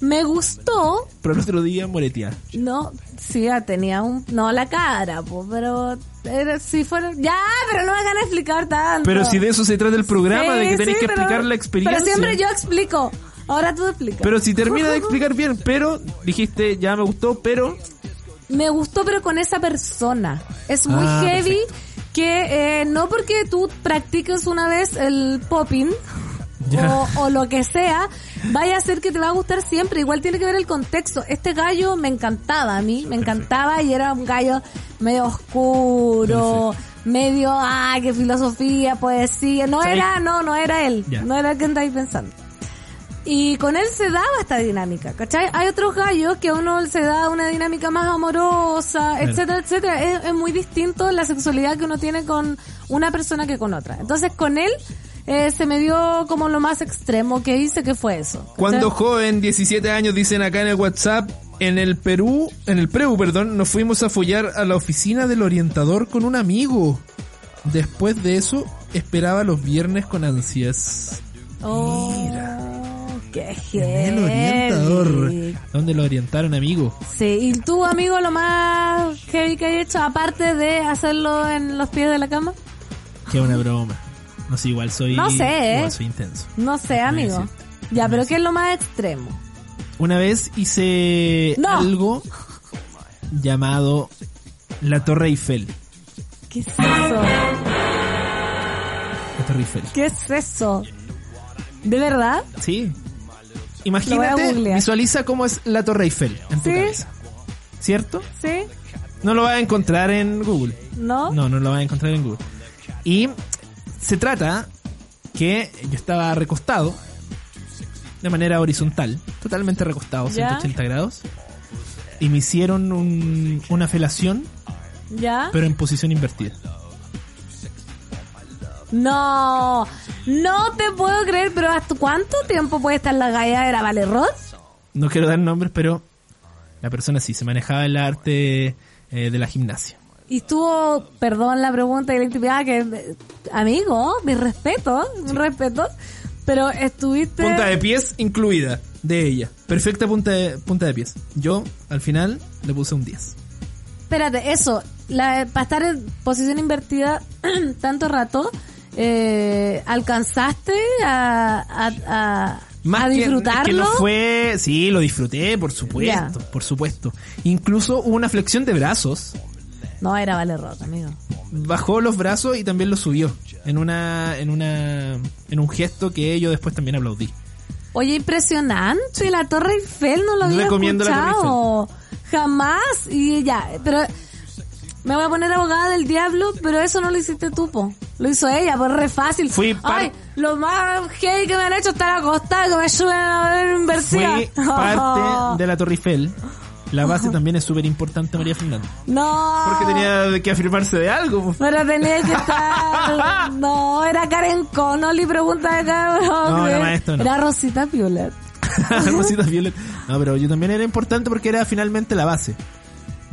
S4: Me gustó,
S3: Pero el otro día moretea.
S4: No, sí, ya tenía un... No la cara, po, pero... Era, si fuera... Ya, pero no me hagan explicar tanto.
S3: Pero si de eso se trata el programa, de que
S4: Sí,
S3: tenéis
S4: sí,
S3: que
S4: pero-
S3: explicar la experiencia.
S4: Pero siempre yo explico. Ahora tú explicas.
S3: Pero si termina de explicar bien, pero dijiste, ya me gustó, pero
S4: Me gustó, pero con esa persona. Es muy
S3: Ah,
S4: heavy que eh, no porque tú practiques una vez el popping
S3: Ya.
S4: o, o lo que sea, vaya a ser que te va a gustar siempre. Igual tiene que ver el contexto. Este gallo me encantaba a mí, me encantaba y era un gallo medio oscuro, medio, ah, qué filosofía, poesía. No
S3: ¿Sabes?
S4: era, no, no era él.
S3: Ya.
S4: No era el que estáis pensando. Y con él se daba esta dinámica, ¿cachai? Hay otros gallos que a uno se da una dinámica más amorosa, etcétera, etcétera. Es, es muy distinto la sexualidad que uno tiene con una persona que con otra. Entonces con él eh, se me dio como lo más extremo que hice, que fue eso. ¿cachai?
S3: Cuando joven, 17 años, dicen acá en el WhatsApp, en el Perú, en el Perú, perdón, nos fuimos a follar a la oficina del orientador con un amigo. Después de eso, esperaba los viernes con ansias.
S4: Oh, qué
S3: En el
S4: heavy.
S3: orientador. ¿Dónde lo orientaron, amigo?
S4: Sí, y tú, amigo, lo más heavy que hay hecho, aparte de hacerlo en los pies de la cama.
S3: Que una broma. No sé, igual soy.
S4: Ah. No sé,
S3: igual
S4: eh.
S3: soy intenso.
S4: No sé, amigo.
S3: sí.
S4: Ya, pero ¿qué es lo más extremo?
S3: Una vez hice
S4: No.
S3: algo llamado la Torre Eiffel.
S4: ¿Qué es eso?
S3: La Torre Eiffel.
S4: ¿Qué es eso? ¿De verdad?
S3: Sí.
S4: Lo voy
S3: Imagínate,
S4: a googlear.
S3: visualiza cómo es la Torre Eiffel en tu
S4: Sí.
S3: cabeza. ¿Cierto?
S4: ¿Sí?
S3: No lo vas a encontrar en Google.
S4: ¿No?
S3: No, no lo vas a encontrar en Google. Y se trata que yo estaba recostado de manera horizontal, totalmente recostado,
S4: Ya.
S3: 180 grados. Y me hicieron un- una felación,
S4: ¿Ya?
S3: pero en posición invertida.
S4: No, no te puedo creer, pero ¿hasta cuánto tiempo puede estar la galladera, vale, Rod?
S3: No quiero dar nombres, pero la persona sí, se manejaba el arte eh, de la gimnasia.
S4: Y estuvo, perdón la pregunta y la intimidad, que eh, amigo, mi respeto, mi respeto, pero estuviste...
S3: Punta de pies incluida de ella. Perfecta punta de, punta de pies. Yo, al final, le puse un 10.
S4: Espérate, eso, la, para estar en posición invertida tanto rato, eh, ¿alcanzaste a, a, a, a
S3: que-
S4: disfrutarlo?
S3: Que, no fue, sí, lo disfruté, por supuesto, por supuesto. Incluso hubo una flexión de brazos.
S4: No, era Vale Rod, amigo.
S3: Bajó los brazos y también los subió en una en una en un gesto que yo después también aplaudí.
S4: Oye, impresionante, la Torre Eiffel no lo había
S3: Recomiendo la Torre
S4: escuchado. Jamás. Y ya, pero me voy a poner abogada del diablo, pero eso no lo hiciste tú, po. Lo hizo ella, pues re fácil.
S3: Fui par-
S4: Ay, lo más gay que me han hecho es estar acostada, que me ayuden a ver inversión.
S3: Fue parte de la Torre Eiffel. La base también es súper importante, María Fernanda.
S4: No.
S3: Porque tenía que afirmarse de algo. pues.
S4: Pero tenía que estar... No, era Karen Connolly, pregunta de cabrón.
S3: No, la maestra no.
S4: Era Rosita Piolet.
S3: Rosita Violet. No, pero yo también era importante porque era finalmente la base.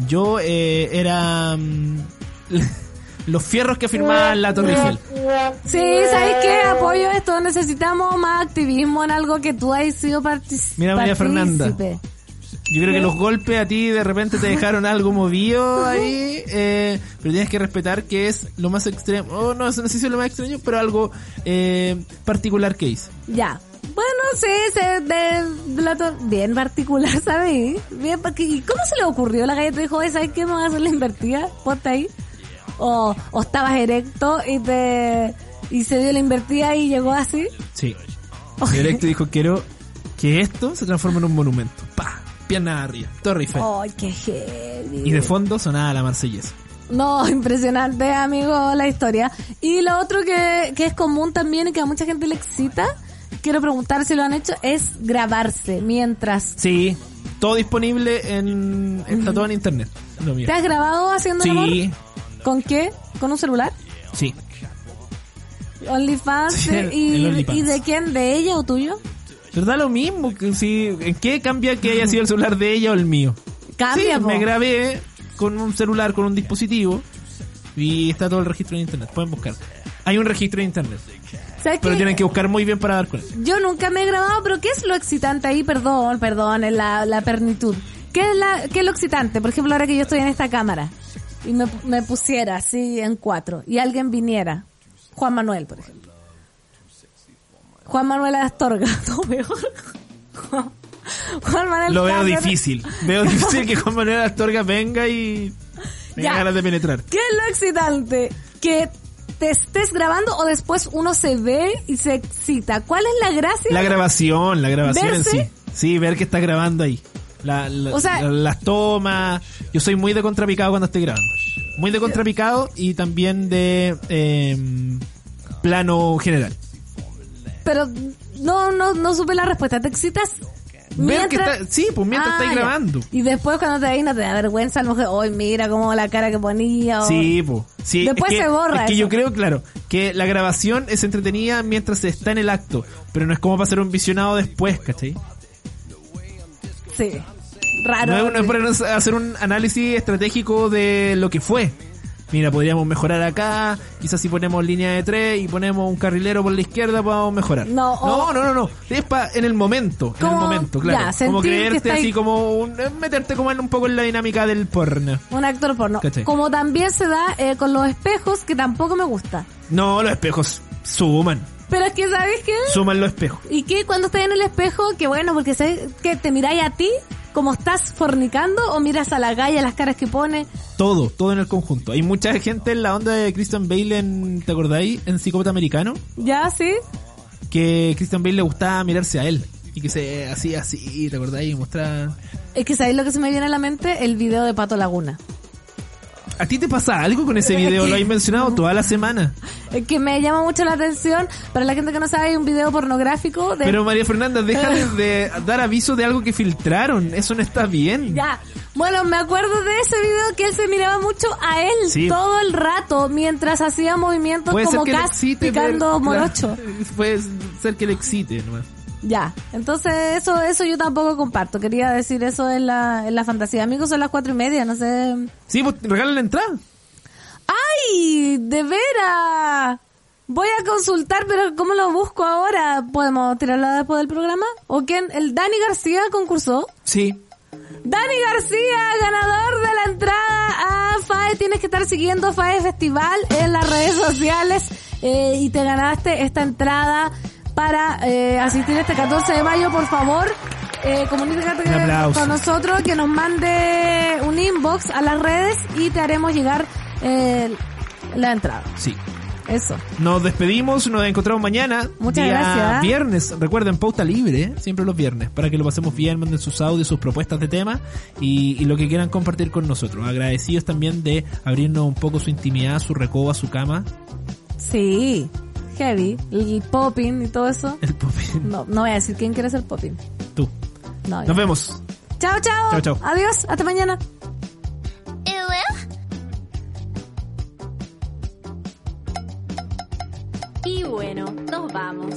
S3: Yo eh, era mm, los fierros que afirmaban la Torre Eiffel.
S4: Sí, ¿sabes qué? Apoyo esto. Necesitamos más activismo en algo que tú hayas sido participante.
S3: Mira, María Fernanda. Yo creo que los golpes a ti de repente te dejaron algo movido ahí, eh, pero tienes que respetar que es lo más extremo, oh, no, eso no sé si es lo más extraño, pero algo eh, particular que hice.
S4: Ya. Bueno, sí, se, de, de la to- bien particular, ¿sabes? Bien, pa- ¿Y cómo se le ocurrió a la galleta? Dijo, "Oye, ¿sabes qué? Me voy a hacer la invertida. Ponte ahí. O, o estabas erecto y te... Y se dio la invertida y llegó así.
S3: Sí.
S4: Oye.
S3: Directo dijo, quiero que esto se transforme en un monumento. Pa, pierna arriba, Torre Eiffel.
S4: ¡Ay, qué heavy!
S3: Y de fondo sonaba la marsellesa.
S4: No, impresionante, amigo, la historia. Y lo otro que, que es común también y que a mucha gente le excita, quiero preguntar si lo han hecho, es grabarse mientras.
S3: Sí, Todo disponible en. Está todo en internet. Lo mío.
S4: ¿Te has grabado haciendo el
S3: Sí,
S4: amor? ¿Con qué? ¿Con un celular?
S3: sí.
S4: OnlyFans.
S3: Sí,
S4: de-
S3: el-
S4: y,
S3: el OnlyFans.
S4: ¿Y de quién? ¿De ella o tuyo?
S3: ¿Verdad lo mismo? Que si, ¿En qué cambia que haya sido el celular de ella o el mío?
S4: Cambia,
S3: sí,
S4: Ah, po.
S3: me grabé con un celular, con un dispositivo. Y está todo el registro en internet. Pueden buscar. Hay un registro en internet.
S4: ¿Sabes
S3: Pero
S4: qué?
S3: tienen que buscar muy bien para dar con él.
S4: Yo nunca me he grabado, pero ¿qué es lo excitante ahí? Perdón, perdón, es la, la pernitud. ¿Qué es, la, ¿Qué es lo excitante? Por ejemplo, ahora que yo estoy en esta cámara y me, me pusiera así en cuatro y alguien viniera. Juan Manuel, por ejemplo. Juan Manuel Astorga, no mejor. Juan, Juan Manuel
S3: Lo veo
S4: Cáceres.
S3: difícil. Veo difícil que Juan Manuel Astorga venga y. tenga
S4: Ya.
S3: ganas de penetrar.
S4: ¿Qué es lo excitante? Que te estés grabando o después uno se ve y se excita. ¿Cuál es la gracia?
S3: La grabación, la grabación
S4: ¿Verse?
S3: en sí. Sí, ver que está grabando ahí. La- la-
S4: O sea-
S3: la- las tomas. Yo soy muy de contrapicado cuando estoy grabando. Muy de contrapicado y también de em, plano general.
S4: Pero no, no, no supe la respuesta. ¿Te excitas?
S3: Ver que está- sí, pues mientras
S4: Ah,
S3: estáis
S4: ya.
S3: grabando.
S4: Y después cuando te veis no te da vergüenza, a lo mejor, hoy mira como la cara que ponía. o-
S3: Sí, pues. Sí,
S4: Después
S3: es que,
S4: se borra
S3: Es que yo
S4: eso.
S3: creo, claro, que la grabación es entretenida mientras se está en el acto. Pero no es como para hacer un visionado después, ¿cachai?
S4: Sí. Raro.
S3: No es, no es para nos- hacer un análisis estratégico de lo que fue. Mira, podríamos mejorar acá, quizás si ponemos línea de tres y ponemos un carrilero por la izquierda podamos mejorar.
S4: No,
S3: no,
S4: o-
S3: no, no, no. Es para en el momento, en el
S4: Como-
S3: momento, claro.
S4: ya,
S3: como
S4: sentir que
S3: creerte
S4: estáis-
S3: así como un- eh, meterte como en un poco en la dinámica del porno.
S4: Un actor porno.
S3: ¿Cachai?
S4: Como también se da eh, con los espejos, que tampoco me gusta.
S3: No, los espejos suman,
S4: Pero es que, ¿sabes qué?
S3: suman los espejos.
S4: Y que cuando estás en el espejo, que bueno, porque sabes que te miráis a ti como estás fornicando o miras a la galla las caras que pone.
S3: Todo, todo en el conjunto. Hay mucha gente en la onda de Christian Bale en, ¿te acordáis? En Psicópata Americano.
S4: Ya, sí.
S3: que Christian Bale le gustaba mirarse a él y que se hacía así, ¿te acordás? Y mostraba...
S4: Es que sabéis lo que se me viene a la mente, el video de Pato Laguna.
S3: ¿A ti te pasa algo con ese video? Lo has mencionado toda la semana.
S4: Es Eh, que me llama mucho la atención. Para la gente que no sabe, hay un video pornográfico de...
S3: Pero María Fernanda, deja de, de dar aviso de algo que filtraron. Eso no está bien.
S4: Ya. Bueno, me acuerdo de ese video que él se miraba mucho a él
S3: Sí.
S4: todo el rato mientras hacía movimientos
S3: Puede ser
S4: como
S3: que le
S4: casi
S3: excite ver-
S4: picando
S3: claro,
S4: morocho.
S3: puede ser que le excite nomás.
S4: Ya. Entonces, eso eso yo tampoco comparto. Quería decir eso en la, en la fantasía. Amigos, son las cuatro y media, no sé...
S3: Sí, pues regala la entrada.
S4: ¡Ay! ¡De veras! Voy a consultar, pero ¿cómo lo busco ahora? ¿Podemos tirarlo después del programa? ¿O quién? ¿El Dani García concursó?
S3: Sí.
S4: Dani García, ganador de la entrada a FAE. Tienes que estar siguiendo FAE Festival en las redes sociales eh, y te ganaste esta entrada para eh, asistir este 14 de mayo. Por favor, eh, comunícate
S3: Un aplauso.
S4: con nosotros, que nos mande un inbox a las redes y te haremos llegar eh, la entrada.
S3: Sí.
S4: Eso.
S3: Nos despedimos, nos encontramos mañana.
S4: Muchas
S3: día
S4: gracias.
S3: Viernes, recuerden, pauta libre, ¿eh? siempre los viernes, para que lo pasemos bien, manden sus audios, sus propuestas de tema y, y lo que quieran compartir con nosotros. Agradecidos también de abrirnos un poco su intimidad, su recoba, su cama,
S4: Sí. Heavy. El popping y todo eso.
S3: el popín.
S4: No, no voy a decir quién quiere hacer popping.
S3: Tú.
S4: No, ya.
S3: Nos vemos.
S4: Chao, chao.
S3: Chao, chao.
S4: Adiós. Hasta mañana.
S2: Y bueno, nos vamos.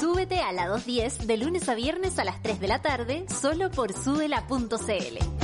S2: Súbete a la 210 de lunes a viernes a las 3 de la tarde solo por subela.cl.